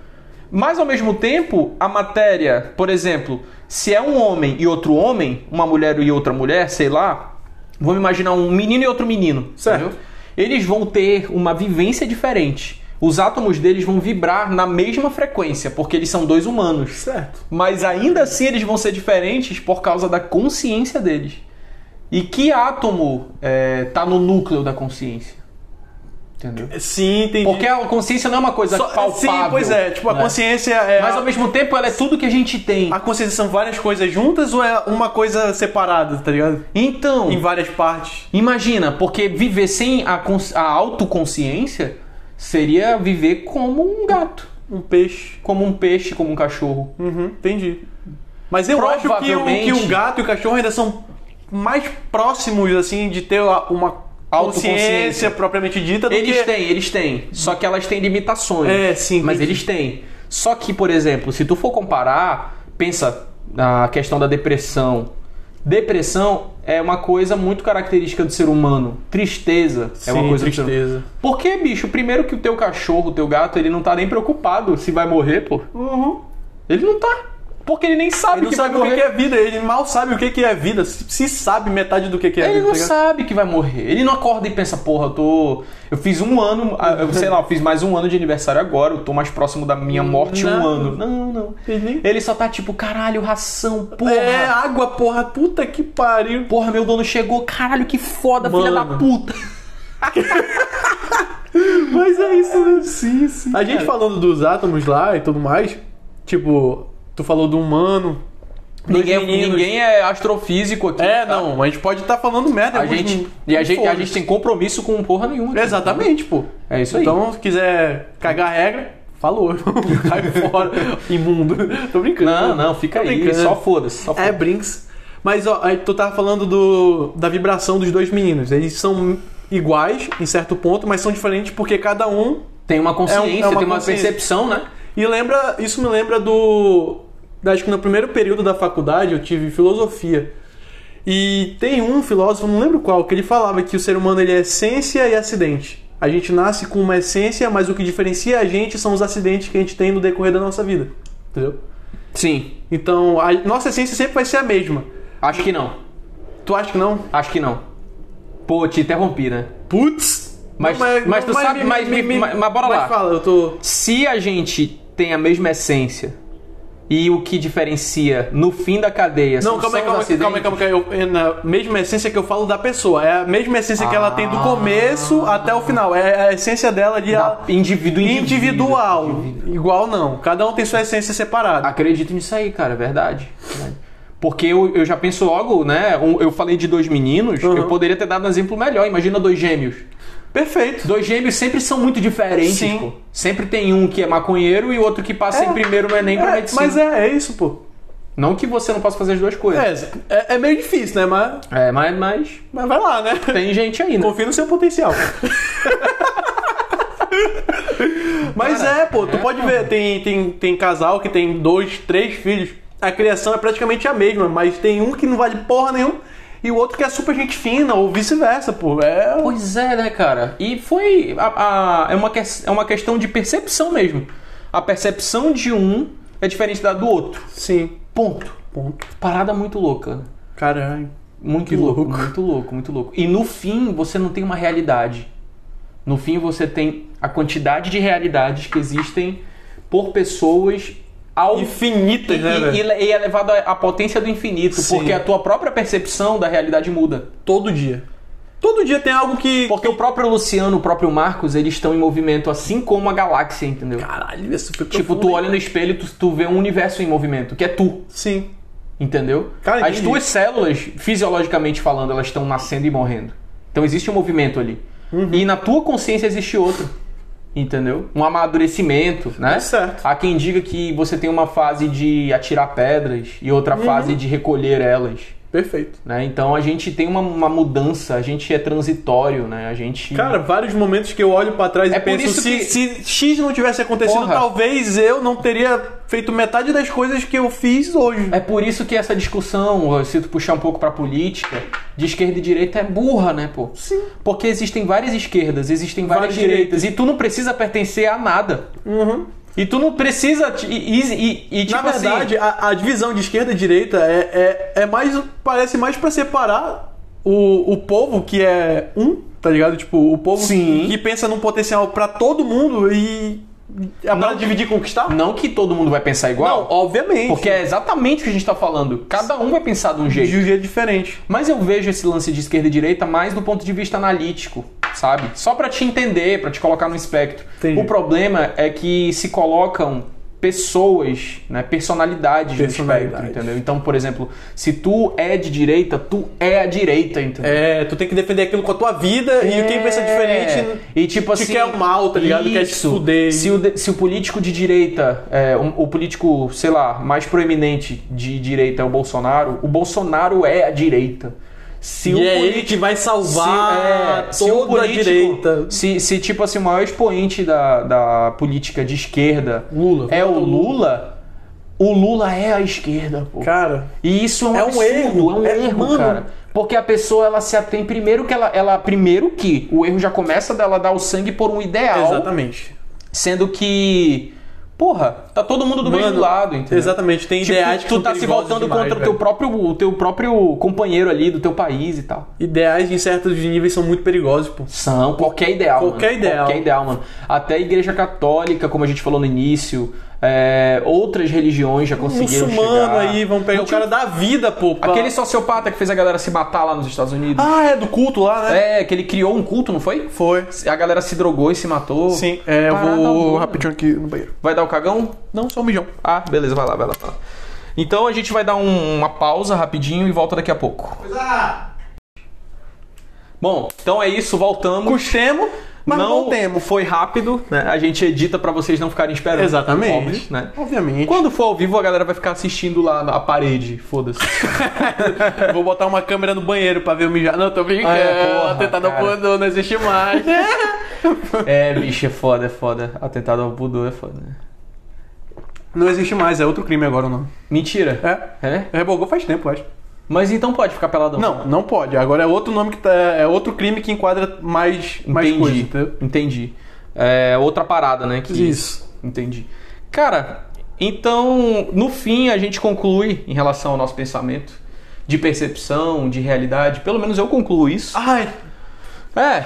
S1: mas ao mesmo tempo a matéria, por exemplo, se é um homem e outro homem, uma mulher e outra mulher, sei lá, vamos imaginar um menino e outro menino,
S2: Certo.
S1: entendeu? eles vão ter uma vivência diferente. Os átomos deles vão vibrar na mesma frequência, porque eles são dois humanos.
S2: Certo.
S1: Mas ainda assim eles vão ser diferentes por causa da consciência deles. E que átomo está no núcleo da consciência? Entendeu?
S2: É, Sim, entendi.
S1: Porque a consciência não é uma coisa
S2: Só-
S1: palpável.
S2: sim, pois é. Tipo, a
S1: né?
S2: consciência é.
S1: Mas
S2: a-
S1: ao mesmo tempo ela é tudo que a gente tem.
S2: A consciência são várias coisas juntas ou é uma coisa separada, tá ligado?
S1: Então,
S2: Em várias partes.
S1: imagina, porque viver sem a, cons- a autoconsciência seria viver como um gato,
S2: Um peixe.
S1: como um peixe, como um cachorro.
S2: Uhum, entendi. Mas eu acho que o,
S1: Provavelmente-
S2: que o gato e o cachorro ainda são mais próximos, assim, de ter a- uma
S1: Autoconsciência.
S2: consciência propriamente dita do
S1: Eles
S2: que...
S1: têm, eles têm. Só que elas têm limitações.
S2: É, sim,
S1: Mas
S2: entendi.
S1: eles têm. Só que, por exemplo, se tu for comparar, pensa na questão da depressão. Depressão é uma coisa muito característica do ser humano. Tristeza é uma
S2: Sim,
S1: coisa do ser humano.
S2: tristeza.
S1: Por que, bicho? Primeiro que o teu cachorro, o teu gato, ele não tá nem preocupado se vai morrer, pô.
S2: Uhum.
S1: Ele não tá. Porque ele nem sabe
S2: Ele não
S1: que vai
S2: sabe o que
S1: morrer.
S2: que é vida, ele mal sabe o que que é vida, se se sabe metade do que que é
S1: Ele
S2: vida.
S1: não
S2: tá ligado?
S1: sabe que vai morrer. Ele não acorda e pensa, porra, eu tô. Eu fiz um ano, ah, eu sei lá, eu fiz mais um ano de aniversário agora, eu tô mais próximo da minha morte um
S2: Não.
S1: ano. Não, não.
S2: Ele nem-
S1: Ele só tá tipo, caralho, ração, porra.
S2: É, água, porra, puta que pariu.
S1: Porra, meu dono chegou, caralho, que foda, filha
S2: Mano.
S1: da puta.
S2: Mas é isso, né?
S1: Sim, sim.
S2: A gente falando dos átomos lá e tudo mais, tipo, tu falou do humano. dos
S1: Ninguém,
S2: meninos.
S1: ninguém é astrofísico aqui.
S2: É,
S1: tá?
S2: não, a gente pode estar falando merda.
S1: A
S2: mas
S1: gente,
S2: não- é
S1: e a gente, a
S2: foda-se.
S1: gente tem compromisso com porra nenhuma. aqui.
S2: Exatamente, pô.
S1: É isso aí.
S2: Então, se quiser cagar a regra, falou. Cai fora, imundo. Tô brincando.
S1: Não, não, fica
S2: Tô
S1: aí.
S2: brincando.
S1: Só foda-se. Só
S2: É,
S1: foda
S2: Brinks. Mas, ó, aí tu tava falando do, da vibração dos dois meninos. Eles são iguais em certo ponto, mas são diferentes porque cada um
S1: Tem uma consciência,
S2: É um- é uma
S1: tem uma
S2: consciência.
S1: percepção, né?
S2: E lembra, isso me lembra do. da- Acho que no primeiro período da faculdade eu tive filosofia. E tem um filósofo, não lembro qual, que ele falava que o ser humano ele é essência e acidente. A gente nasce com uma essência, mas o que diferencia a gente são os acidentes que a gente tem no decorrer da nossa vida. Entendeu?
S1: Sim.
S2: Então, a nossa essência sempre vai ser a mesma.
S1: Acho que não.
S2: Tu acha que não?
S1: Acho que não. Pô, te interrompi, né?
S2: Putz!
S1: Mas-
S2: Não,
S1: mas tu sabe- mas me- mas- mas bora lá.
S2: fala, eu tô.
S1: Se a gente tem a mesma essência e o que diferencia no fim da cadeia são-
S2: Não, calma aí,
S1: são
S2: calma
S1: os
S2: aí, calma aí,
S1: acidentes-
S2: calma aí. Eu, é na mesma essência que eu falo da pessoa. É a mesma essência que ela tem do
S1: Ah.
S2: começo até o final. É a essência dela de
S1: Da-
S2: a-
S1: indivíduo, indivíduo,
S2: individual.
S1: indivíduo.
S2: Igual não. Cada um tem sua essência separada.
S1: Acredito nisso aí, cara, é verdade. Verdade. Porque eu, eu já penso logo, né? um- eu falei de dois meninos,
S2: Uhum.
S1: eu poderia ter dado um exemplo melhor. Imagina dois gêmeos.
S2: Perfeito.
S1: Dois gêmeos sempre são muito diferentes,
S2: Sim.
S1: pô. Sempre tem um que é maconheiro e outro que passa
S2: É.
S1: em primeiro no Enem pra
S2: É,
S1: medicina.
S2: mas é, é isso, pô.
S1: Não que você não possa fazer as duas coisas.
S2: É, é, é meio difícil, né? Mas,
S1: É, mas, mas
S2: mas vai lá, né?
S1: tem gente aí, né?
S2: Confia no seu potencial. Mas
S1: Cara,
S2: é, pô, tu
S1: é,
S2: pode
S1: pô.
S2: ver, tem, tem, tem casal que tem dois, três filhos. A criação é praticamente a mesma, mas tem um que não vale porra nenhuma e o outro que é super gente fina, ou vice-versa, pô. É.
S1: Pois é, né, cara? E foi. A, a- é, uma que- é uma questão de percepção mesmo. A percepção de um é diferente da do outro.
S2: Sim.
S1: Ponto.
S2: Ponto.
S1: Parada muito louca. né?
S2: Caralho.
S1: Muito
S2: Que
S1: louco,
S2: louco.
S1: muito louco, muito louco. E no fim, você não tem uma realidade. No fim, você tem a quantidade de realidades que existem por pessoas ao
S2: Infinitas, né,
S1: e,
S2: velho?
S1: e, e elevado à à potência do infinito,
S2: Sim.
S1: porque a tua própria percepção da realidade muda.
S2: Todo dia. Todo dia tem algo que.
S1: Porque o próprio Luciano, o próprio Marcos, eles estão em movimento, assim como a galáxia, entendeu?
S2: Caralho, isso foi
S1: tipo, tu olha no espelho e tu, tu vê um universo em movimento, que é tu,
S2: Sim.
S1: entendeu?
S2: Cara,
S1: As
S2: entendi.
S1: tuas células, fisiologicamente falando, elas estão nascendo e morrendo. Então existe um movimento ali.
S2: Uhum.
S1: E na tua consciência existe outro. Entendeu? Um amadurecimento, né?
S2: É certo.
S1: Há quem diga que você tem uma fase de atirar pedras e outra
S2: Uhum.
S1: fase de recolher elas.
S2: Perfeito.
S1: né? Então a gente tem uma, uma mudança, a gente é transitório, né? A gente.
S2: Cara, vários momentos que eu olho pra trás
S1: É
S2: e
S1: por
S2: penso,
S1: isso
S2: se,
S1: que-
S2: se X não tivesse acontecido,
S1: Porra.
S2: talvez eu não teria feito metade das coisas que eu fiz hoje.
S1: É por isso que essa discussão, se tu puxar um pouco pra política, de esquerda e direita é burra, né, pô?
S2: Sim.
S1: Porque existem várias esquerdas, existem várias,
S2: Várias
S1: direitas, e tu não precisa pertencer a nada.
S2: Uhum.
S1: E tu não precisa. te- E, e- e- e, tipo
S2: Na verdade, a, a divisão de esquerda e direita é, é, é mais. Parece mais pra separar o, o povo que é um tá ligado? Tipo, o povo
S1: Sim.
S2: que pensa num potencial pra todo mundo e. A
S1: Não.
S2: não, dividir e conquistar?
S1: Não que todo mundo vai pensar igual.
S2: Não, obviamente.
S1: Porque é exatamente o que a gente tá falando. Cada um vai pensar de um jeito.
S2: de um jeito diferente.
S1: Mas eu vejo esse lance de esquerda e direita mais do ponto de vista analítico, sabe? Só pra te entender, pra te colocar no espectro.
S2: Entendi.
S1: O problema é que se colocam pessoas, né, personalidades,
S2: Personalidades.
S1: no espectro, entendeu? Então, por exemplo, se tu é de direita, tu é a direita, entendeu?
S2: É, tu tem que defender aquilo com a tua vida e quem pensa diferente.
S1: E tipo
S2: te
S1: assim.
S2: quer o mal, tá ligado? Quer te
S1: isso.
S2: fuder.
S1: Se o, de- se o político de direita, é, um- o político, sei lá, mais proeminente de direita é o Bolsonaro, o Bolsonaro é a direita. Se
S2: E
S1: o
S2: é ele
S1: político-
S2: que vai salvar
S1: é, se o
S2: toda
S1: político-
S2: a direita.
S1: Se, se, tipo assim, o maior expoente da, da política de esquerda
S2: Lula.
S1: é o Lula, o Lula é a esquerda, pô.
S2: Cara,
S1: E isso é um,
S2: É um
S1: absurdo,
S2: erro,
S1: é um
S2: é-
S1: erro,
S2: mano.
S1: cara. Porque a pessoa ela se atém primeiro que ela, ela primeiro que o erro já começa dela dar o sangue por um ideal,
S2: exatamente.
S1: sendo que porra, tá todo mundo do
S2: Mano,
S1: mesmo lado, entendeu?
S2: Exatamente, tem
S1: Tipo,
S2: ideais que
S1: tu
S2: são
S1: tá se
S2: perigosos
S1: voltando
S2: demais,
S1: contra o
S2: velho.
S1: teu próprio o teu próprio companheiro ali do teu país e tal.
S2: Ideais em certos níveis são muito perigosos, pô.
S1: São, qualquer ideal.
S2: Qualquer
S1: mano.
S2: ideal.
S1: Qualquer ideal, mano. Até a Igreja Católica, como a gente falou no início, é, outras religiões já conseguiram
S2: Muçulmano
S1: chegar.
S2: aí, vamos pegar
S1: Não
S2: o
S1: tinha- um
S2: cara da vida, pô. pra-
S1: Aquele sociopata que fez a galera se matar lá nos Estados Unidos.
S2: Ah, é do culto lá, né?
S1: É, que ele criou um culto, não foi?
S2: Foi.
S1: A galera se drogou e se matou.
S2: Sim, é, eu
S1: Parada
S2: vou
S1: boa.
S2: rapidinho aqui no banheiro.
S1: Vai dar o cagão?
S2: Não, só um mijão.
S1: Ah, beleza, vai lá, vai lá, vai lá. Então a gente vai dar um- uma pausa rapidinho e volta daqui a pouco. Bom, então é isso, voltamos.
S2: Custemo, mas não,
S1: não
S2: voltemos.
S1: foi rápido, né? A gente edita pra vocês não ficarem esperando.
S2: Exatamente.
S1: Óbvio, né?
S2: Obviamente.
S1: Quando for ao vivo, a galera vai ficar assistindo lá na parede, foda-se.
S2: Eu vou botar uma câmera no banheiro pra ver o mijar. Não, tô brincando.
S1: Ah, é, porra,
S2: Atentado ao
S1: cara.
S2: pudor, não existe mais.
S1: é, bicho, é foda, é foda. Atentado ao Budô é foda. né?
S2: não existe mais, é outro crime agora o nome.
S1: Mentira.
S2: É?
S1: É?
S2: Rebogou faz tempo, eu acho.
S1: Mas então pode ficar peladão.
S2: Não, não pode. Agora é outro nome que tá. É outro crime que enquadra mais, mais
S1: Entendi,
S2: coisa. entendeu?
S1: entendi. É outra parada, né? Que...
S2: Isso.
S1: Entendi. Cara, então, no fim, a gente conclui em relação ao nosso pensamento de percepção, de realidade. Pelo menos eu concluo isso.
S2: Ai,
S1: É,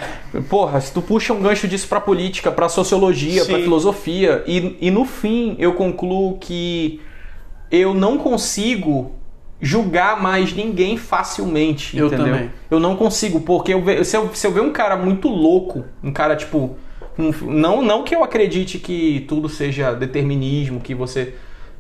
S1: porra, se tu puxa um gancho disso pra política, pra sociologia,
S2: Sim.
S1: pra filosofia, e, e no fim eu concluo que eu não consigo julgar mais ninguém facilmente,
S2: Eu
S1: entendeu?
S2: também.
S1: Eu não consigo, porque eu ve- se, eu, se eu ver um cara muito louco, um cara tipo. um- não, não que eu acredite que tudo seja determinismo, que você.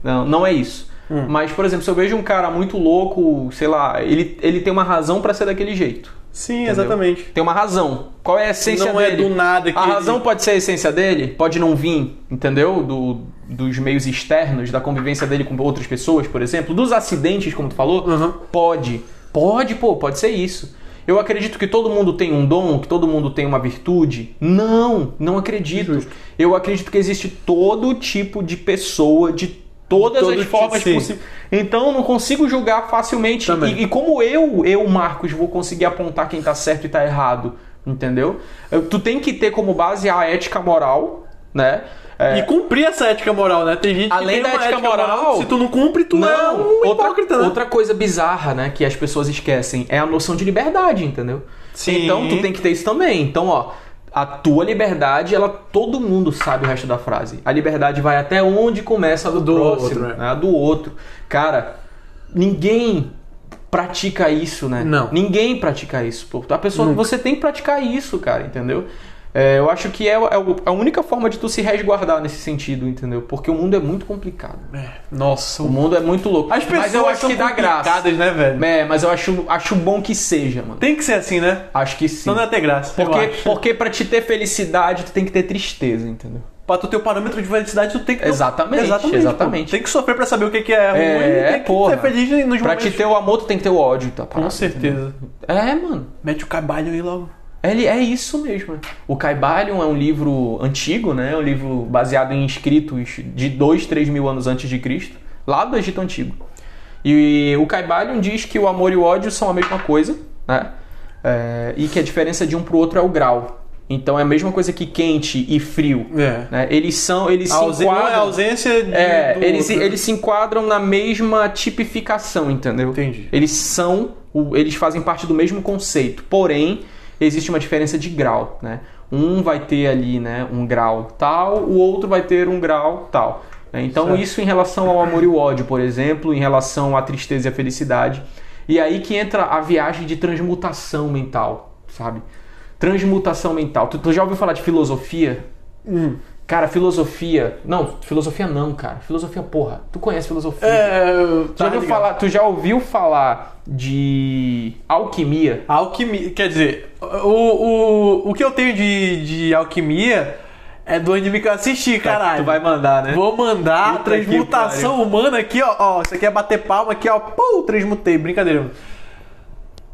S1: Não, não é isso.
S2: Hum.
S1: Mas, por exemplo, se eu vejo um cara muito louco, sei lá, ele, ele tem uma razão pra ser daquele jeito.
S2: Sim,
S1: Entendeu?
S2: exatamente.
S1: Tem uma razão. Qual é a essência
S2: Não é
S1: dele?
S2: do nada que
S1: A
S2: ele-
S1: razão pode ser a essência dele, pode não vir, entendeu? Do, dos meios externos, da convivência dele com outras pessoas, por exemplo, dos acidentes, como tu falou,
S2: Uhum.
S1: pode. Pode, pô, pode ser isso. Eu acredito que todo mundo tem um dom, que todo mundo tem uma virtude. Não, não acredito. Eu acredito que existe todo tipo de pessoa, de todas
S2: Todo
S1: as
S2: tipo,
S1: formas
S2: sim.
S1: possíveis. Então eu não consigo julgar facilmente.
S2: Também.
S1: E, e como eu, eu, Marcos, vou conseguir apontar quem tá certo e tá errado, entendeu? Eu- tu tem que ter como base a ética moral, né? É,
S2: E cumprir essa ética moral, né? Tem gente
S1: Além
S2: que tem
S1: da
S2: uma
S1: ética moral,
S2: se tu não cumpre, tu é um
S1: outra,
S2: hipócrita, né?
S1: outra coisa bizarra, né, que as pessoas esquecem é a noção de liberdade, entendeu?
S2: Sim.
S1: Então tu tem que ter isso também. Então, ó, a tua liberdade, ela todo mundo sabe o resto da frase. A liberdade vai até onde começa a do,
S2: Do
S1: próximo,
S2: outro, é.
S1: né, a do outro. Cara, ninguém pratica isso, né?
S2: Não.
S1: Ninguém pratica isso, pô. A pessoa, você tem que praticar isso, cara, entendeu? É, eu acho que é, é o- a única forma de tu se resguardar nesse sentido, entendeu? Porque o mundo é muito complicado.
S2: É, Nossa,
S1: O mundo é muito louco.
S2: As pessoas
S1: mas eu acho
S2: são
S1: que dá graça.
S2: complicadas, né, velho?
S1: É, mas eu acho, acho bom que seja, mano.
S2: Tem que ser assim, né?
S1: Acho que sim.
S2: Senão não é ter graça. eu
S1: porque,
S2: acho.
S1: porque pra te ter felicidade, tu tem que ter tristeza, entendeu?
S2: Pra tu ter o parâmetro de felicidade, tu tem que. ter-
S1: Exatamente,
S2: pô.
S1: exatamente.
S2: Tem que sofrer pra saber o que que é ruim
S1: É,
S2: e tem que
S1: porra.
S2: ser feliz nos
S1: Pra
S2: momentos.
S1: te ter o amor, tu tem que ter o ódio, tá?
S2: Com
S1: parado,
S2: certeza.
S1: entendeu? É, mano.
S2: Mete o cabalho aí logo.
S1: Ele é isso mesmo. né? O Caibalion é um livro antigo, né? É um livro baseado em escritos de 2, 3 mil anos antes de Cristo, lá do Egito Antigo. E o Caibalion diz que o amor e o ódio são a mesma coisa, né? É, e que a diferença de um pro outro é o grau. Então é a mesma coisa que quente e frio.
S2: É.
S1: né? Eles são. Eles
S2: A
S1: se
S2: ausen- não é a
S1: enquadram.
S2: ausência de,
S1: É,
S2: do
S1: eles,
S2: outro.
S1: eles se enquadram na mesma tipificação, entendeu?
S2: Entendi.
S1: Eles são, o- eles fazem parte do mesmo conceito, porém existe uma diferença de grau, né? Um vai ter ali, né, um grau tal, o outro vai ter um grau tal. né? Então
S2: Certo.
S1: isso em relação ao amor e o ódio, por exemplo, em relação à tristeza e à felicidade. E aí que entra a viagem de transmutação mental, sabe? Transmutação mental. Tu, tu já ouviu falar de filosofia?
S2: Hum.
S1: Cara, filosofia. Não, filosofia não, cara. Filosofia, porra. Tu conhece filosofia?
S2: É,
S1: Tu
S2: eu-
S1: já,
S2: tá
S1: ouviu
S2: ligado.
S1: falar, tu já ouviu falar de alquimia?
S2: Alquimia, quer dizer, o, o, o que eu tenho de, de alquimia é do anime que eu assisti, caralho.
S4: Tu vai mandar, né?
S2: Vou mandar a
S4: Puta que
S2: transmutação humana aqui, ó, ó. Isso aqui é bater palma aqui, ó. Pum, transmutei, brincadeira.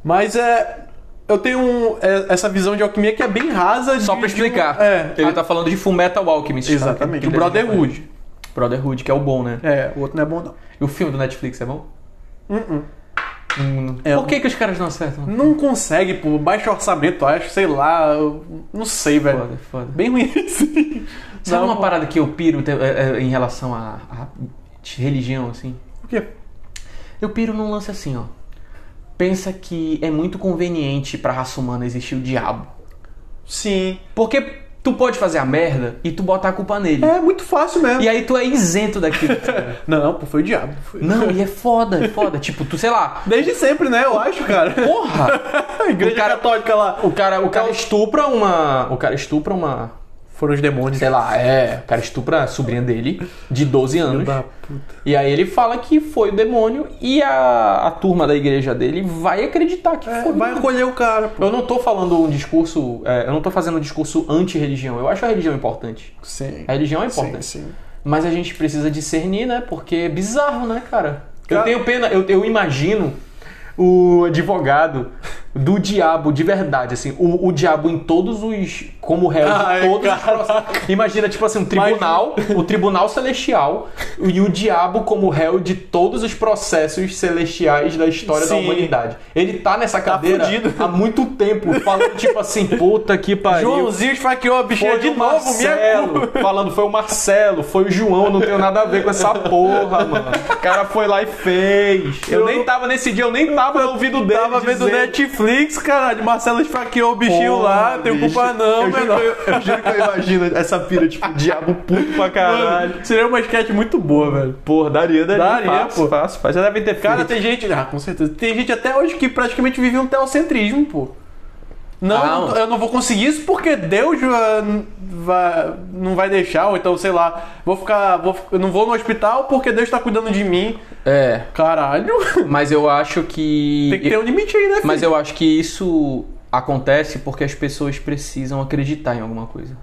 S2: Mas é. Eu tenho um- é, essa visão de alquimia que é bem rasa.
S1: Só
S2: de-
S1: pra
S2: de um-
S1: explicar.
S2: é.
S1: Ele
S2: a-
S1: tá falando de Full Metal Alchemist. tá?
S2: Exatamente.
S1: Que-
S2: O
S1: que
S2: Brotherhood.
S1: Brotherhood, que é o bom, né?
S2: É, o outro não é bom, não.
S1: E o filme do Netflix é bom?
S2: Hum, hum.
S1: Hum,
S2: É.
S1: Por que, que os caras não acertam?
S2: Não consegue, pô. Baixo orçamento, eu acho. Sei lá. eu Não sei, velho.
S1: Foda, foda.
S2: Bem ruim assim.
S1: Sabe
S2: Não,
S1: uma parada que eu piro te- é, é, em relação à à religião, assim?
S2: Por quê?
S1: Eu piro num lance assim, ó. Pensa que é muito conveniente pra raça humana existir o diabo.
S2: Sim.
S1: Porque tu pode fazer a merda e tu botar a culpa nele.
S2: É muito fácil mesmo.
S1: E aí tu é isento daquilo. tá ligado?
S2: Não, pô, foi o diabo. Foi-
S1: Não, e é foda, é foda. Tipo, tu, sei lá,
S2: Desde sempre, né? Eu acho, cara.
S1: porra!
S2: A igreja
S1: O cara-
S2: católica lá.
S1: O cara, o cara estupra uma. O cara estupra uma.
S2: Foram os demônios.
S1: Sei lá, é. O cara estupra a sobrinha dele, de 12 anos.
S2: Da puta.
S1: E aí ele fala que foi o demônio e a, a turma da igreja dele vai acreditar que foi.
S2: É, vai acolher o cara, pô.
S1: Eu não tô falando um discurso. é, eu não tô fazendo um discurso anti-religião. Eu acho a religião importante.
S2: Sim.
S1: A religião é
S2: Sim,
S1: importante.
S2: sim.
S1: Mas a gente precisa discernir, né? Porque é bizarro, né, cara?
S2: Cara-
S1: Eu tenho pena, eu, eu imagino o advogado do diabo de verdade, assim, o, o diabo em todos os. como réu
S2: Ai,
S1: de todos os
S2: caraca.
S1: processos. Imagina, tipo assim, um tribunal, o tribunal celestial e o diabo como réu de todos os processos celestiais da história da
S2: Sim.
S1: humanidade. Ele tá nessa cadeira
S2: fudido.
S1: há muito tempo, falando tipo assim, puta que pariu.
S2: Joãozinho esfaqueou a bichinha
S1: Foi
S2: de
S1: o
S2: novo, minha
S1: Marcelo, falando, foi o Marcelo, foi o João, não tenho nada a ver com essa porra, mano. O cara foi lá e fez. Eu,
S2: Eu-
S1: nem tava nesse dia, eu nem tava no ouvido dele.
S2: Tava vendo
S1: dizendo.
S2: Netflix, caralho. Marcelo esfaqueou o bichinho
S4: Porra,
S2: lá, não tem
S4: bicho.
S2: culpa não,
S4: eu, juro
S2: menor.
S4: que eu, eu juro que eu imagino essa pira, tipo, diabo puto pra caralho.
S2: Mano, seria uma sketch muito boa, velho.
S4: Porra, daria, daria.
S2: Daria,
S4: fácil,
S2: pô.
S4: fácil, fácil. Já devem ter
S2: Cara,
S4: feito.
S2: tem gente. Ah, com certeza. Tem gente até hoje que praticamente vive um teocentrismo, pô. Não,
S1: Ah,
S2: eu não- eu não vou conseguir isso porque Deus ah, n- vai- não vai deixar, ou então, sei lá, vou ficar. Vou, fi- eu não vou no hospital porque Deus tá cuidando de mim.
S1: É,
S2: Caralho!
S1: mas eu acho que.
S2: Tem que ter um limite aí, né?
S1: Mas eu acho que isso acontece porque as pessoas precisam acreditar em alguma coisa.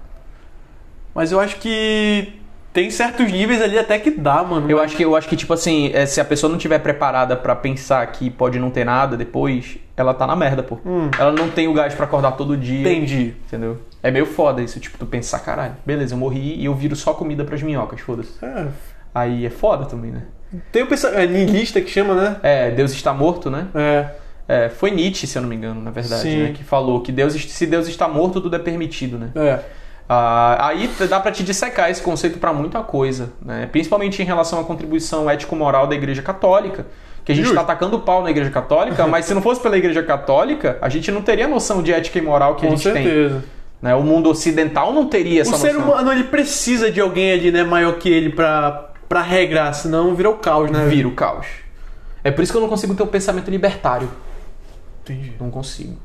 S2: Mas eu acho que tem certos níveis ali até que dá, mano.
S1: Eu acho que, eu acho que tipo assim, é, se a pessoa não tiver preparada pra pensar que pode não ter nada depois, ela tá na merda, pô. Ela não tem o gás pra acordar todo dia.
S2: Hum. Entendi.
S1: Entendeu? É meio foda isso, tipo, tu pensar, caralho, beleza, eu morri e eu viro só comida pras minhocas, foda-se. Aí é foda também, né?
S2: Tem o pensamento. É niilista que chama, né?
S1: É, Deus está morto, né?
S2: É.
S1: É, foi Nietzsche, se eu não me engano, na verdade,
S2: Sim.
S1: né? Que falou que Deus, se Deus está morto, tudo é permitido, né?
S2: É.
S1: Ah, aí t- dá pra te dissecar esse conceito pra muita coisa, né? Principalmente em relação à contribuição ético-moral da Igreja Católica, que a gente
S2: Justo.
S1: tá atacando pau na Igreja Católica, mas se não fosse pela Igreja Católica, a gente não teria a noção de ética e moral que a
S2: Com
S1: gente tem.
S2: certeza.
S1: né? O mundo ocidental não teria essa
S2: O ser
S1: noção.
S2: humano ele precisa de alguém ali, né, maior que ele pra, pra regrar, senão vira o caos, né?
S1: vira o caos. É por isso que eu não consigo ter o pensamento libertário.
S2: Entendi.
S1: Não consigo.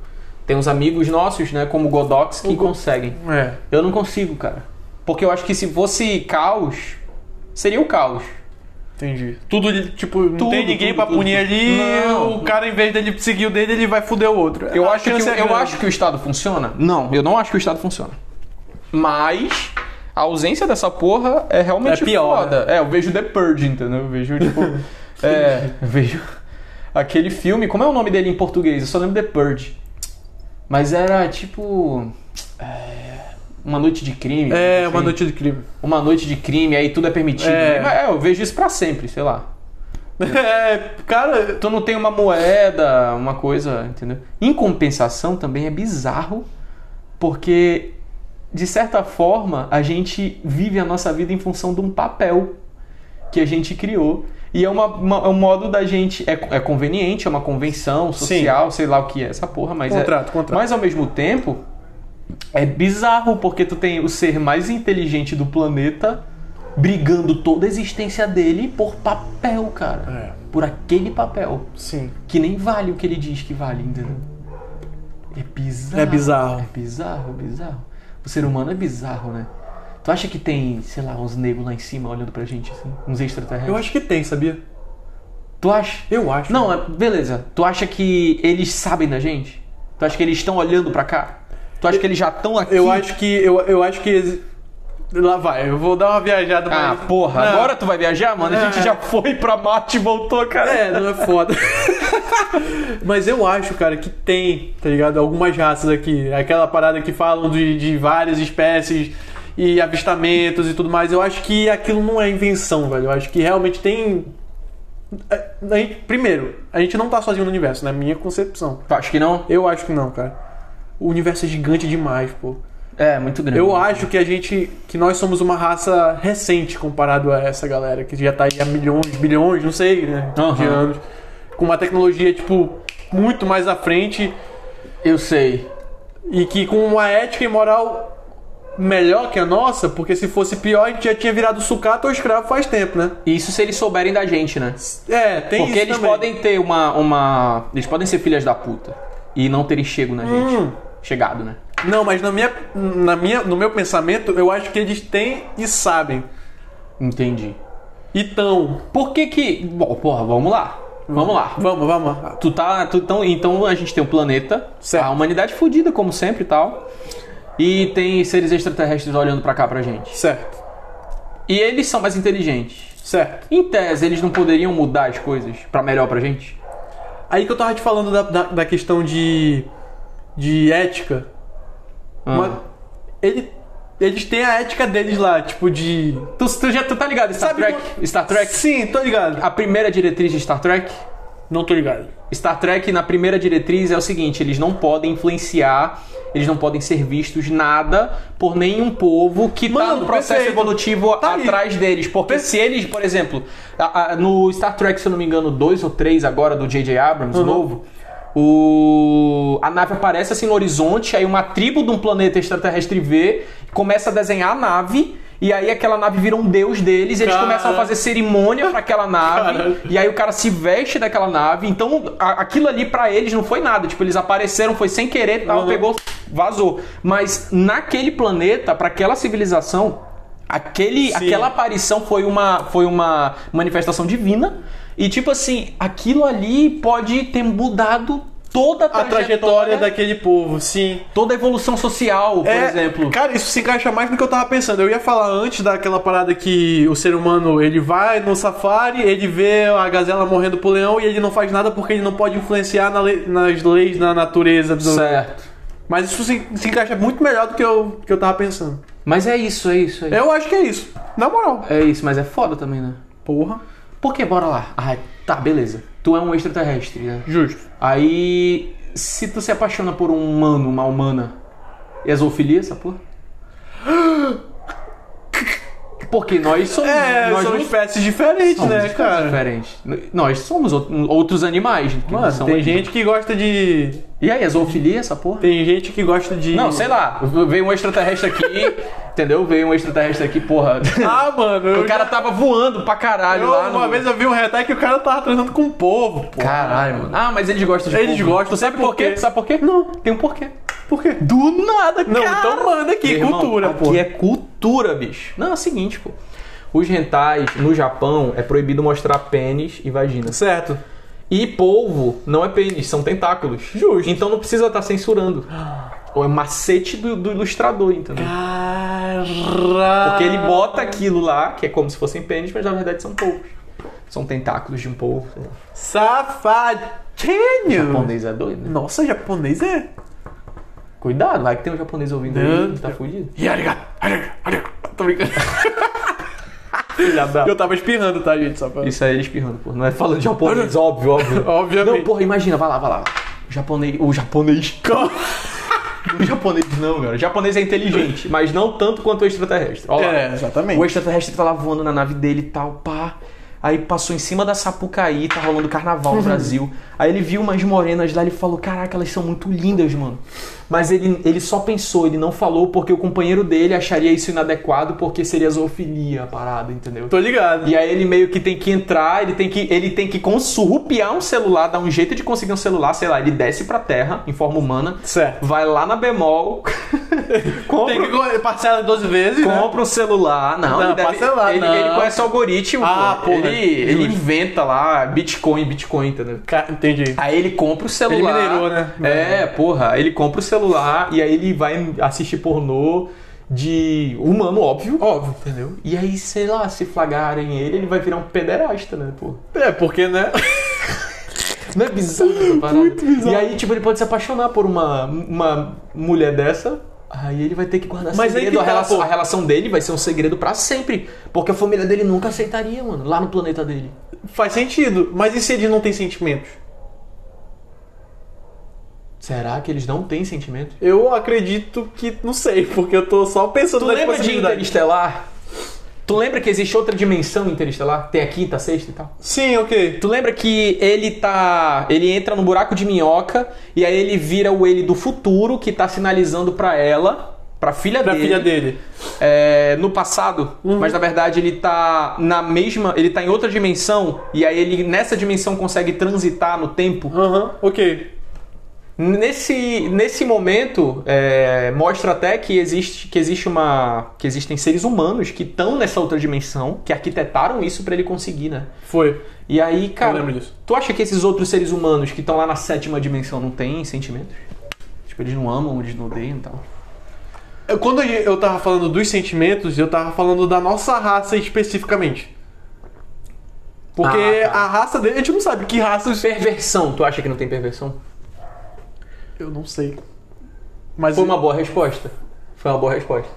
S1: Tem uns amigos nossos, né, como o Godox, que
S2: O Go-
S1: conseguem.
S2: É.
S1: Eu não consigo, cara. Porque eu acho que se fosse caos, seria o caos.
S2: Entendi. Tudo, tipo, não
S1: Tudo,
S2: tem ninguém
S1: tudo,
S2: pra
S1: tudo,
S2: punir
S1: tudo.
S2: ali,
S1: Não.
S2: o cara, em vez dele seguir o dele, ele vai foder o outro.
S1: Eu
S2: A
S1: acho, que,
S2: chance é
S1: eu
S2: grande.
S1: acho que o Estado funciona? Não, eu não acho que o Estado funciona. Mas a ausência dessa porra é realmente
S2: É pior,
S1: foda. É, eu vejo The Purge, entendeu? Eu vejo, tipo. é, eu vejo aquele filme. Como é o nome dele em português? Eu só lembro The Purge. Mas era tipo. é, uma noite de crime.
S2: É,
S1: assim.
S2: uma noite de crime.
S1: Uma noite de crime, aí tudo é permitido.
S2: É.
S1: né? É, eu vejo isso pra sempre, sei lá.
S2: É, cara,
S1: Tu não tem uma moeda, uma coisa, entendeu? Em compensação também é bizarro, porque de certa forma a gente vive a nossa vida em função de um papel. que a gente criou. E é uma, uma- é um modo da gente. É, é conveniente, é uma convenção social, sei lá o que é essa porra, mas é-
S2: Contrato, contrato.
S1: Mas ao mesmo tempo, é bizarro, porque tu tem o ser mais inteligente do planeta brigando toda a existência dele por papel, cara.
S2: É,
S1: Por aquele papel.
S2: sim.
S1: Que nem vale o que ele diz que vale, entendeu? É bizarro.
S2: É bizarro.
S1: É bizarro, bizarro. O ser humano é bizarro, né? Tu acha que tem, sei lá, uns negros lá em cima olhando pra gente, assim? Uns extraterrestres?
S2: Eu acho que tem, sabia?
S1: Tu acha?
S2: Eu acho. né?
S1: Não, é- beleza. Tu acha que eles sabem da gente? Tu acha que eles estão olhando pra cá? Tu acha que eles já estão aqui?
S2: Eu acho que. Eu, eu acho que. exi- Lá vai, eu vou dar uma viajada
S1: Ah,
S2: mas-
S1: porra,
S2: Não.
S1: agora tu vai viajar, mano? A gente já foi pra Marte e voltou, cara.
S2: É, não é foda. Mas eu acho, cara, que tem, tá ligado? Algumas raças aqui. Aquela parada que falam de, de várias espécies e avistamentos e tudo mais. Eu acho que aquilo não é invenção, velho. Eu acho que realmente tem. é, a gente- primeiro, a gente não tá sozinho no universo, na minha concepção.
S1: Tu acha que não?
S2: Eu acho que não, cara. O universo é gigante demais, pô.
S1: É, muito grande.
S2: Eu acho que a gente. que nós somos uma raça recente comparado a essa galera, que já tá aí há milhões, bilhões, não sei, né? De
S1: Aham.
S2: anos. Com uma tecnologia, tipo, muito mais à frente
S1: Eu sei.
S2: e que com uma ética e moral melhor que a nossa, porque se fosse pior, a gente já tinha virado sucata ou escravo faz tempo, né?
S1: Isso se eles souberem da gente, né?
S2: É, tem
S1: Porque
S2: isso
S1: eles
S2: também.
S1: podem ter uma, uma. Eles podem ser filhas da puta e não terem chego na gente.
S2: Hum.
S1: Chegado, né?
S2: Não, mas na minha, na minha, no meu pensamento, eu acho que eles têm e sabem.
S1: Entendi.
S2: E tão.
S1: Por que que. Bom, porra, vamos lá. Vamos lá.
S2: Vamos, vamos. lá.
S1: Tu tá. Tu, então, então a gente tem um planeta,
S2: Certo.
S1: a humanidade fudida como sempre e tal. E tem seres extraterrestres olhando pra cá pra gente.
S2: Certo,
S1: E eles são mais inteligentes.
S2: certo.
S1: Em tese, eles não poderiam mudar as coisas pra melhor pra gente?
S2: Aí que eu tava te falando da, da, da questão de. de ética.
S1: Ah.
S2: Uma- ele- eles têm a ética deles lá, tipo de.
S1: Tu, tu já tu tá ligado? Star
S2: Sabe
S1: Trek?
S2: qual-
S1: Star Trek?
S2: Sim, tô ligado.
S1: A primeira diretriz de Star Trek?
S2: Não tô ligado.
S1: Star Trek, na primeira diretriz, é o seguinte: eles não podem influenciar, eles não podem ser vistos nada por nenhum povo que tá
S2: Mano,
S1: no processo
S2: perfeito.
S1: evolutivo
S2: Tá aí.
S1: atrás deles. Porque se eles, por exemplo, a- a- no Star Trek, se eu não me engano, dois ou três agora do J.J. Abrams,
S2: Uhum.
S1: novo. O... A nave aparece assim no horizonte, aí uma tribo de um planeta extraterrestre vê, começa a desenhar a nave, e aí aquela nave vira um deus deles, e eles
S2: Cara.
S1: começam a fazer cerimônia pra aquela nave,
S2: Cara.
S1: e aí o cara se veste daquela nave, então a- aquilo ali pra eles não foi nada. Tipo, eles apareceram, foi sem querer, tal,
S2: Uhum.
S1: pegou, vazou. Mas naquele planeta, pra aquela civilização, aquele,
S2: Sim.
S1: aquela aparição foi uma, foi uma manifestação divina. E tipo assim, aquilo ali pode ter mudado toda a
S2: A
S1: trajetória,
S2: trajetória daquele povo, sim.
S1: toda a evolução social, por
S2: É,
S1: exemplo.
S2: Cara, isso se encaixa mais do que eu tava pensando. Eu ia falar antes daquela parada que o ser humano ele vai no safari, ele vê a gazela morrendo pro leão e ele não faz nada porque ele não pode influenciar na lei- nas leis, na natureza. do-
S1: Certo.
S2: Mas isso se, se encaixa muito melhor do que eu, que eu tava pensando.
S1: Mas é isso, é isso, é isso.
S2: Eu acho que é isso. Na moral.
S1: É isso, mas é foda também, né?
S2: Porra.
S1: Por que? Bora lá. Ah, tá, beleza. Tu é um extraterrestre, né?
S2: Justo.
S1: Aí, se tu se apaixona por um humano, uma humana, exofilia, essa porra? Porque nós somos,
S2: É,
S1: nós
S2: são
S1: não
S2: espécies diferentes,
S1: somos
S2: né,
S1: espécies
S2: cara?
S1: diferentes. N- Nós somos out- outros animais. que não
S2: Mano,
S1: são
S2: tem
S1: a
S2: gente que gosta de.
S1: E aí, exofilia, essa porra?
S2: Tem gente que gosta de.
S1: Não, é sei lá. Veio um extraterrestre aqui, entendeu? Veio um extraterrestre aqui, porra.
S2: Ah, mano. eu
S1: o cara
S2: já-
S1: tava voando pra caralho
S2: eu,
S1: lá.
S2: Uma
S1: no-
S2: vez eu vi um retalho que o cara tava transando com o povo, pô.
S1: Caralho, mano. Ah, mas eles gostam de
S2: Eles
S1: povo.
S2: gostam,
S1: Sabe por quê? Sabe por quê? Não. Tem um porquê.
S2: Por quê?
S1: Do nada,
S2: Não,
S1: cara.
S2: então manda aqui,
S1: Meu irmão,
S2: cultura,
S1: aqui
S2: pô.
S1: é cultura, bicho. Não, é o seguinte, pô. Os rentais no Japão é proibido mostrar pênis e vagina.
S2: Certo.
S1: E polvo não é pênis, são tentáculos.
S2: Justo.
S1: Então não precisa estar censurando. Ou é macete do, do ilustrador, entendeu?
S2: Caralho.
S1: Porque ele bota aquilo lá, que é como se fossem pênis, mas na verdade são polvos. São tentáculos de um polvo. sei lá.
S2: Safadinho.
S1: O japonês é doido, né?
S2: Nossa, japonês é.
S1: Cuidado, vai que tem um japonês ouvindo
S2: Não.
S1: aí, tá fudido.
S2: Yarigato, arigato, arigato. Tô brincando.
S1: Filha da...
S2: Eu tava espirrando, tá, gente? Só pra...
S1: Isso aí ele espirrando, pô. Não é falando de japonês, óbvio, óbvio.
S2: Obviamente.
S1: Não, porra, imagina, vai lá, vai lá. O japonês. O japonês. do japonês, não, cara. O japonês é inteligente, mas não tanto quanto o extraterrestre. Ó lá.
S2: É, exatamente.
S1: O extraterrestre tá lá voando na nave dele e tal, pá. Aí passou em cima da Sapucaí, tá rolando carnaval no Brasil. Aí ele viu umas morenas lá, ele falou: Caraca, elas são muito lindas, mano. Mas ele, ele só pensou, ele não falou porque o companheiro dele acharia isso inadequado porque seria zoofilia a parada, entendeu?
S2: Tô ligado.
S1: E aí ele meio que tem que entrar, ele tem que, ele tem que consurrupiar um celular, dar um jeito de conseguir um celular, sei lá, ele desce pra terra em forma humana,
S2: Certo.
S1: vai lá na bemol, compra,
S2: Tem que go- parcela 12 vezes, né?
S1: compra um celular. Não,
S2: Não,
S1: ele, deve,
S2: parcelar,
S1: ele,
S2: não.
S1: ele conhece o algoritmo,
S2: Ah,
S1: pô.
S2: porra,
S1: ele, ele
S2: justo.
S1: inventa lá Bitcoin, Bitcoin, entendeu?
S2: Ca- Entendi.
S1: Aí ele compra o celular.
S2: Ele minerou, né?
S1: É, porra. Ele compra o celular e aí ele vai assistir pornô de humano, óbvio.
S2: Óbvio, entendeu?
S1: E aí, sei lá, se flagrarem ele, ele vai virar um pederasta, né, pô?
S2: É, porque, né?
S1: Não é bizarro essa parada?
S2: Muito bizarro.
S1: E aí, tipo, ele pode se apaixonar por uma, uma mulher dessa. Aí ele vai ter que guardar
S2: Mas aí
S1: segredo.
S2: que
S1: a,
S2: tá,
S1: relação,
S2: pô.
S1: a relação dele vai ser um segredo pra sempre. Porque a família dele nunca aceitaria, mano. Lá no planeta dele.
S2: Faz sentido. Mas e se ele não tem sentimentos?
S1: Será que eles não têm sentimento?
S2: Eu acredito que não sei, porque eu tô só pensando
S1: Tu
S2: nas
S1: lembra de
S2: possibilidades.
S1: Interestelar? Tu lembra que existe outra dimensão interestelar? Tem a quinta, a sexta e tal?
S2: Sim, ok.
S1: Tu lembra que ele tá. Ele entra no buraco de minhoca e aí ele vira o ele do futuro que tá sinalizando pra ela, pra filha
S2: Pra
S1: dele.
S2: filha dele.
S1: é, no passado, mas na verdade ele tá na mesma, ele tá em outra dimensão e aí ele nessa dimensão consegue transitar no tempo.
S2: Aham, ok.
S1: Nesse, nesse momento é, mostra até que existe que existe uma que existem seres humanos que estão nessa outra dimensão que arquitetaram isso pra ele conseguir, né?
S2: Foi.
S1: E aí, cara,
S2: lembro disso.
S1: tu acha que esses outros seres humanos que estão lá na sétima dimensão não têm sentimentos? Tipo, eles não amam, eles não odeiam e tal.
S2: Eu- Quando eu tava falando dos sentimentos, eu tava falando da nossa raça especificamente. Porque
S1: Ah, tá.
S2: a raça dele, a gente não sabe que raça. os-
S1: Perversão, tu acha que não tem perversão?
S2: Eu não sei. Mas
S1: Foi uma boa resposta. Foi uma boa resposta.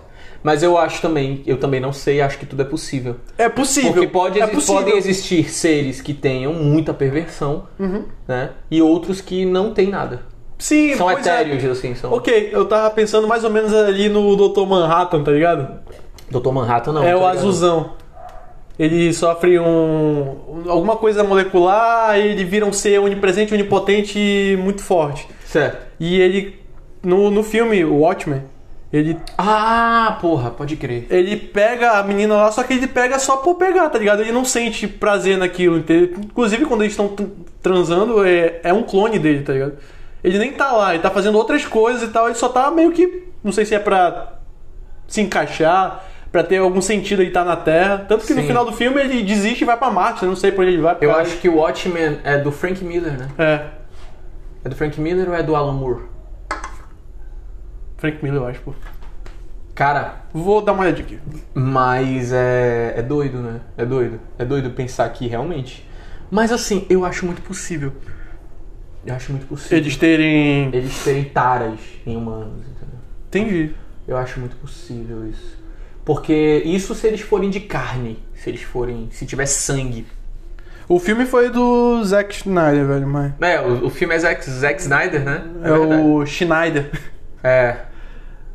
S1: Mas eu acho também, eu também não sei, acho que tudo é possível.
S2: é possível.
S1: Porque pode,
S2: é
S1: exi-
S2: possível.
S1: podem existir seres que tenham muita perversão,
S2: Uhum.
S1: né? E outros que não têm nada.
S2: Sim,
S1: São
S2: pois é.
S1: etéreos, assim, são.
S2: Ok, eu tava pensando mais ou menos ali no Dr. Manhattan, tá ligado?
S1: Dr. Manhattan não. tá
S2: é o
S1: ligado?
S2: azulzão. Ele sofre um. alguma coisa molecular, ele vira um ser onipresente, onipotente e muito forte.
S1: Certo.
S2: E ele. No, no filme, o Watchmen, ele,
S1: Ah, porra, pode crer.
S2: ele pega a menina lá, só que ele pega só por pegar, tá ligado? Ele não sente prazer naquilo. entendeu? Inclusive, quando eles estão tran- transando, é, é um clone dele, tá ligado? Ele nem tá lá, ele tá fazendo outras coisas e tal, ele só tá meio que. Não sei se é pra se encaixar, pra ter algum sentido ele estar na Terra. Tanto que no
S1: Sim.
S2: final do filme ele desiste e vai pra Marte, eu não sei pra onde ele vai.
S1: Eu
S2: cara.
S1: acho que o Watchmen é do Frank Miller, né?
S2: É,
S1: É do Frank Miller ou é do Alan Moore?
S2: Frank Miller, eu acho, pô.
S1: Cara,
S2: Vou dar uma olhada aqui.
S1: Mas é, é doido, né? É doido. É doido pensar que realmente. Mas assim, eu acho muito possível. Eu acho muito possível.
S2: Eles terem.
S1: Eles terem taras em humanos, entendeu?
S2: Entendi.
S1: Eu acho muito possível isso. Porque isso se eles forem de carne. Se eles forem. Se tiver sangue.
S2: O filme foi do Zack Snyder, velho, mas.
S1: É, o, o filme é Zack, Zack Snyder, né?
S2: É,
S1: verdade.
S2: o Schneider.
S1: É.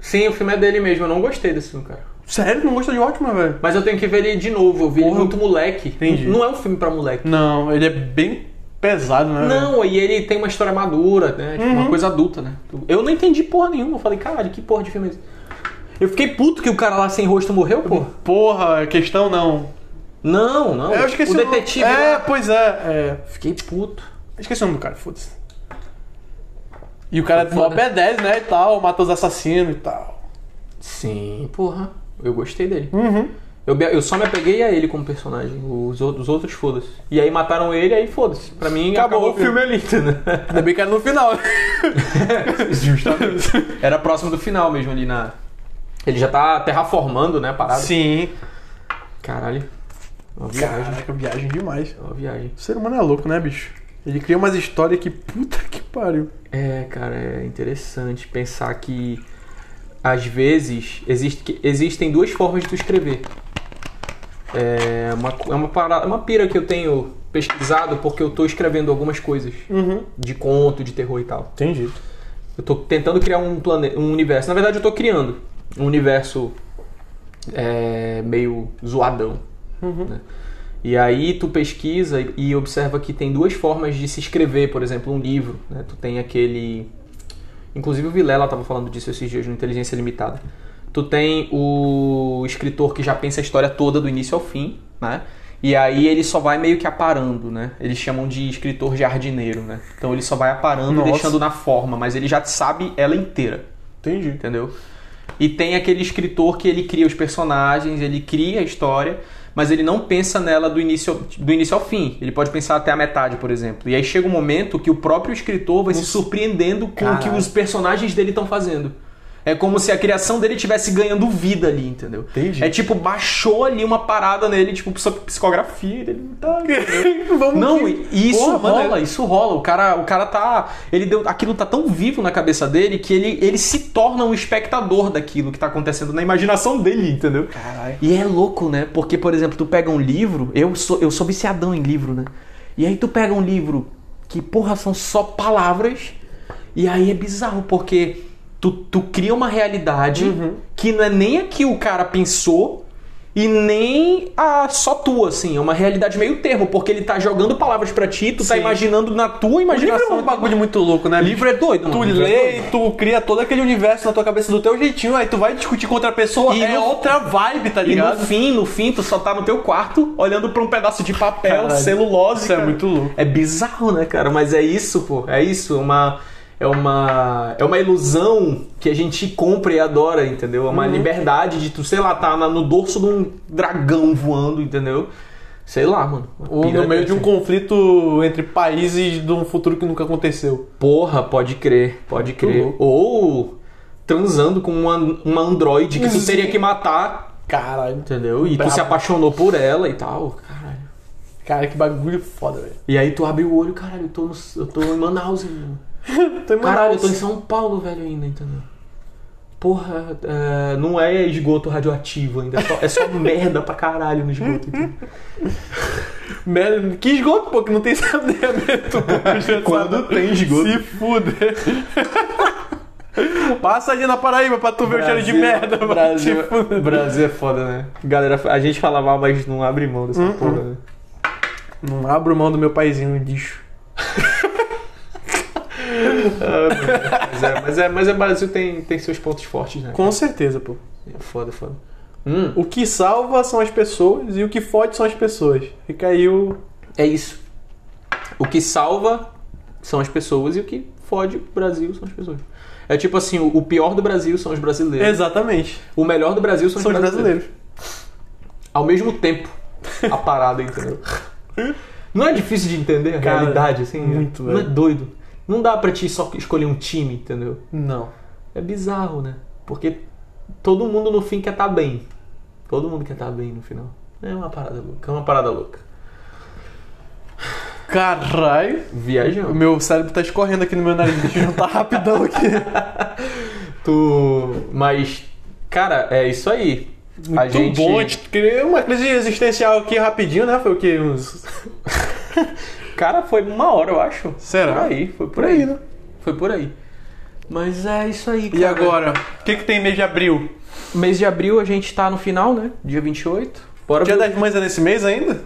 S1: Sim, o filme é dele mesmo. Eu não gostei desse filme, cara.
S2: Sério, não gostou de Watchmen, velho?
S1: Mas eu tenho que ver ele de novo. Eu vi ele
S2: Porra.
S1: muito moleque.
S2: Entendi.
S1: Não é um filme pra moleque.
S2: Não, ele é bem pesado, né? velho?
S1: Não, e ele tem uma história madura, né? Tipo,
S2: Uhum.
S1: uma coisa adulta, né? Eu não entendi porra nenhuma. Eu falei, caralho, que porra de filme é esse? Eu fiquei puto que o cara lá sem rosto morreu, pô.
S2: Porra, é questão não.
S1: Não, não.
S2: É, eu esqueci
S1: o
S2: nome-
S1: detetive.
S2: É,
S1: lá.
S2: pois é, é.
S1: Fiquei puto.
S2: Esqueci o nome do cara, foda-se. E o cara é mó
S1: Foda.
S2: B10, né? E tal, mata os assassinos e tal.
S1: Sim, porra. Eu gostei dele.
S2: Uhum.
S1: Eu, be- eu só me apeguei a ele como personagem. Os, outros- os outros, foda-se. E aí mataram ele, aí foda-se. Pra mim, acabou,
S2: Acabou
S1: o filme ali, né?
S2: Ainda bem que era no final.
S1: Justamente. Era próximo do final mesmo ali na. Ele já tá terraformando, né? a Parada.
S2: Sim.
S1: Caralho. Uma viagem.
S2: Caraca, viagem demais.
S1: Uma viagem.
S2: O ser humano é louco, né, bicho? Ele cria umas histórias que puta que pariu.
S1: É, cara, é interessante pensar que às vezes existe, que- existem duas formas de tu escrever. É uma, co- é uma, parada, uma pira que eu tenho pesquisado porque eu tô escrevendo algumas coisas
S2: Uhum.
S1: de conto, de terror e tal.
S2: Entendi.
S1: Eu tô tentando criar um, plane... um universo. Na verdade, eu tô criando um universo é, meio zoadão. né? E aí tu pesquisa e- e observa que tem duas formas de se escrever, por exemplo, um livro. né? Tu tem aquele. Inclusive o Vilela estava falando disso esses dias no Inteligência Limitada. Tu tem o escritor que já pensa a história toda do início ao fim, né? E aí ele só vai meio que aparando, né? Eles chamam de escritor jardineiro, né? Então ele só vai aparando
S2: Nossa.
S1: e deixando na forma, mas ele já sabe ela inteira
S2: Entendi.
S1: entendeu? E tem aquele escritor que ele cria os personagens, ele cria a história, mas ele não pensa nela do início, do início ao fim. Ele pode pensar até a metade, por exemplo. E aí chega um momento que o próprio escritor vai se surpreendendo com o
S2: Caralho.
S1: que os personagens dele estão fazendo. É como se a criação dele tivesse ganhando vida ali, entendeu?
S2: Entendi.
S1: É tipo, baixou ali uma parada nele, tipo, psicografia, ele tá,
S2: Vamos
S1: não,
S2: que-
S1: e e isso
S2: Porra,
S1: rola,
S2: maneiro.
S1: isso rola. O cara, o cara tá. Ele deu, aquilo tá tão vivo na cabeça dele que ele, ele se torna um espectador daquilo que tá acontecendo na imaginação dele, entendeu?
S2: Caralho.
S1: E é louco, né? Porque, por exemplo, tu pega um livro, eu sou, eu sou viciadão em livro, né? E aí tu pega um livro que, porra, são só palavras, e aí é bizarro, porque tu, tu cria uma realidade
S2: Uhum.
S1: que não é nem a que o cara pensou e nem a só tua, assim. É uma realidade meio termo, porque ele tá jogando palavras pra ti, tu tá
S2: Sim.
S1: imaginando na tua
S2: O livro é
S1: imaginação.
S2: um bagulho muito louco, né?
S1: Livro é doido, mano.
S2: Tu
S1: Livro é doido.
S2: lê e né? tu cria todo aquele universo na tua cabeça do teu jeitinho, aí tu vai discutir com outra pessoa,
S1: E
S2: é
S1: no-
S2: outra vibe, tá
S1: E no
S2: ligado?
S1: fim, no fim, tu só tá no teu quarto olhando pra um pedaço de papel,
S2: Caralho.
S1: celulose.
S2: Isso é
S1: cara.
S2: muito louco.
S1: É bizarro, né, cara? Mas é isso, pô. É isso. É uma, é uma, é uma ilusão que a gente compra e adora, entendeu? É uma liberdade de tu, sei lá, tá na- no dorso de um dragão voando, entendeu? Sei lá, mano.
S2: Ou no
S1: Pira
S2: meio de um
S1: dessa.
S2: conflito entre países de um futuro que nunca aconteceu.
S1: Porra, pode crer, pode crer.
S2: louco.
S1: Ou transando com uma, uma androide que tu
S2: Sim.
S1: teria que matar,
S2: Caralho.
S1: entendeu? E tu
S2: Brabo.
S1: se apaixonou por ela e tal. Caralho.
S2: Cara, que bagulho foda, velho.
S1: E aí tu abre o olho, caralho, eu tô, no- eu tô em Manaus, irmão.
S2: Tô em
S1: Caralho, eu tô em
S2: Manaus.
S1: São Paulo, velho, ainda, entendeu? Porra, é, não é esgoto radioativo ainda, é só, é só merda pra caralho no esgoto. entendeu?
S2: Merda, Que esgoto, pô, que não tem saneamento. pô,
S1: Quando tem esgoto.
S2: Se fuder. Passa ali na Paraíba pra tu ver o cheiro de merda, mano.
S1: Brasil,
S2: Se fuder.
S1: Brasil é foda, né? Galera, a gente fala mal, mas não abre mão dessa
S2: Uhum.
S1: porra, né?
S2: Não abro mão do meu paizinho, lixo.
S1: Ah, mas, é, mas, é, mas é Brasil tem, tem seus pontos fortes, né?
S2: Com certeza, pô.
S1: É foda, é foda. Hum,
S2: O que salva são as pessoas e o que fode são as pessoas. Fica aí o.
S1: é isso. O que salva são as pessoas e o que fode o Brasil são as pessoas. É tipo assim, o o pior do Brasil são os brasileiros.
S2: Exatamente.
S1: O melhor do Brasil são,
S2: São os brasileiros.
S1: Ao mesmo tempo, a parada, entendeu? Não é difícil de entender a
S2: Cara,
S1: realidade, assim.
S2: muito,
S1: Não é
S2: velho.
S1: doido. Não dá pra ti só escolher um time, entendeu?
S2: Não.
S1: É bizarro, né? Porque todo mundo no fim quer estar bem. Todo mundo quer estar bem no final. É uma parada louca, é uma parada louca.
S2: Caralho. O
S1: Viajando.
S2: meu cérebro tá escorrendo aqui no meu nariz. Deixa eu juntar rapidão aqui.
S1: Tu. Mas, cara, é isso aí. a
S2: Muito
S1: gente.
S2: bom. A gente criou uma crise existencial aqui rapidinho, né? Foi o quê? Uns.
S1: Cara, foi uma hora, eu acho.
S2: Será?
S1: Por aí, foi por,
S2: Por
S1: aí.
S2: aí, né?
S1: Foi por aí. Mas é isso aí, cara.
S2: E agora? O que, que tem mês de abril?
S1: Mês de abril a gente tá no final, né? Dia 28. Bora
S2: Dia
S1: ver-
S2: das Mães é nesse mês ainda?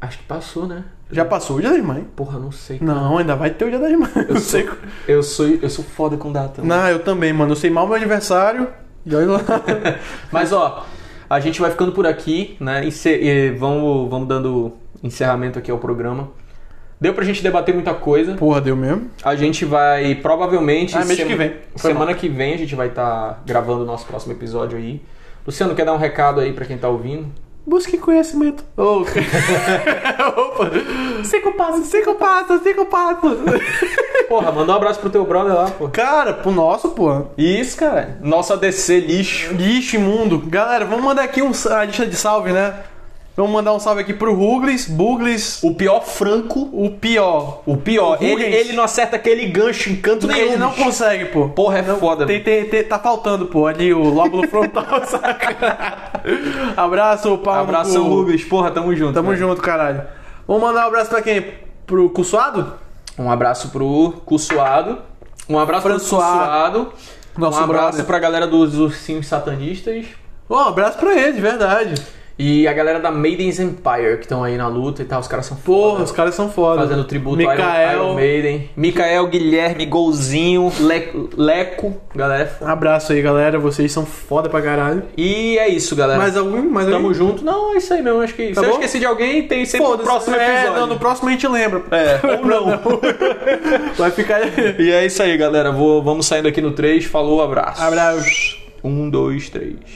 S1: Acho que passou, né?
S2: Já passou o Dia das Mães?
S1: Porra, não sei.
S2: Não, ainda vai ter o Dia das Mães. Eu
S1: sou-
S2: sei.
S1: Eu sou, eu sou foda com data. né?
S2: Não, eu também, mano. Eu sei mal meu aniversário. E olha lá. Né?
S1: Mas ó, a gente vai ficando por aqui, né? Ence- eh, vamos, vamos dando encerramento aqui ao programa. Deu pra gente debater muita coisa.
S2: Porra, deu mesmo?
S1: A gente vai provavelmente.
S2: Ah, mês que vem. Foi
S1: semana que vem a gente vai estar gravando o nosso próximo episódio aí. Luciano, quer dar um recado aí pra quem tá ouvindo?
S2: Busque conhecimento. Oh. Opa. Cinco passos, cinco passos, cinco passos.
S1: Porra, manda um abraço pro teu brother lá, pô.
S2: Cara, pro nosso, pô.
S1: Isso, cara. Nossa DC lixo.
S2: Lixo imundo. Galera, vamos mandar aqui um, a lista de salve, né? Vamos mandar um salve aqui pro Ruglis, Buglis,
S1: O pior franco
S2: o pior.
S1: O pior,
S2: O
S1: ele,
S2: Rubens.
S1: ele não acerta aquele gancho em canto nenhum.
S2: Ele não
S1: bicho.
S2: consegue, pô.
S1: Porra, é foda.
S2: Tem,
S1: mano.
S2: tem- tem- tá faltando, pô, ali o lóbulo frontal, saca? Abraço, Paulo.
S1: Abração, Rubens. Porra, tamo junto.
S2: Tamo
S1: velho.
S2: junto, caralho. Vamos mandar um abraço pra quem? Pro Cussuado?
S1: Um abraço pro Cursuado. Um abraço pro
S2: François.
S1: Suado.
S2: Nosso
S1: um abraço
S2: brother.
S1: pra galera dos ursinhos satanistas.
S2: Ó, um abraço pra ele, de verdade.
S1: E a galera da Maiden's Empire, que estão aí na luta e tal. Os caras são
S2: Porra,
S1: foda.
S2: os caras são foda.
S1: Fazendo tributo ao Iron,
S2: Mikael.
S1: Iron Maiden. Mikael, Guilherme, Golzinho, Le- Leco. Galera é
S2: Um
S1: foda.
S2: abraço aí, galera. Vocês são foda pra caralho.
S1: E é isso, galera.
S2: Mais algum? Mais
S1: Tamo
S2: algum?
S1: junto. Não, é isso aí mesmo. Acho que
S2: Tá
S1: se eu
S2: bom?
S1: esqueci de alguém, tem sempre no
S2: Foda-se.
S1: próximo
S2: É,
S1: episódio.
S2: não, no próximo a gente lembra.
S1: É, ou não.
S2: Vai ficar aí.
S1: e é isso aí, galera. Vou, vamos saindo aqui no 3. Falou, abraço.
S2: Abraço.
S1: Um, dois, três.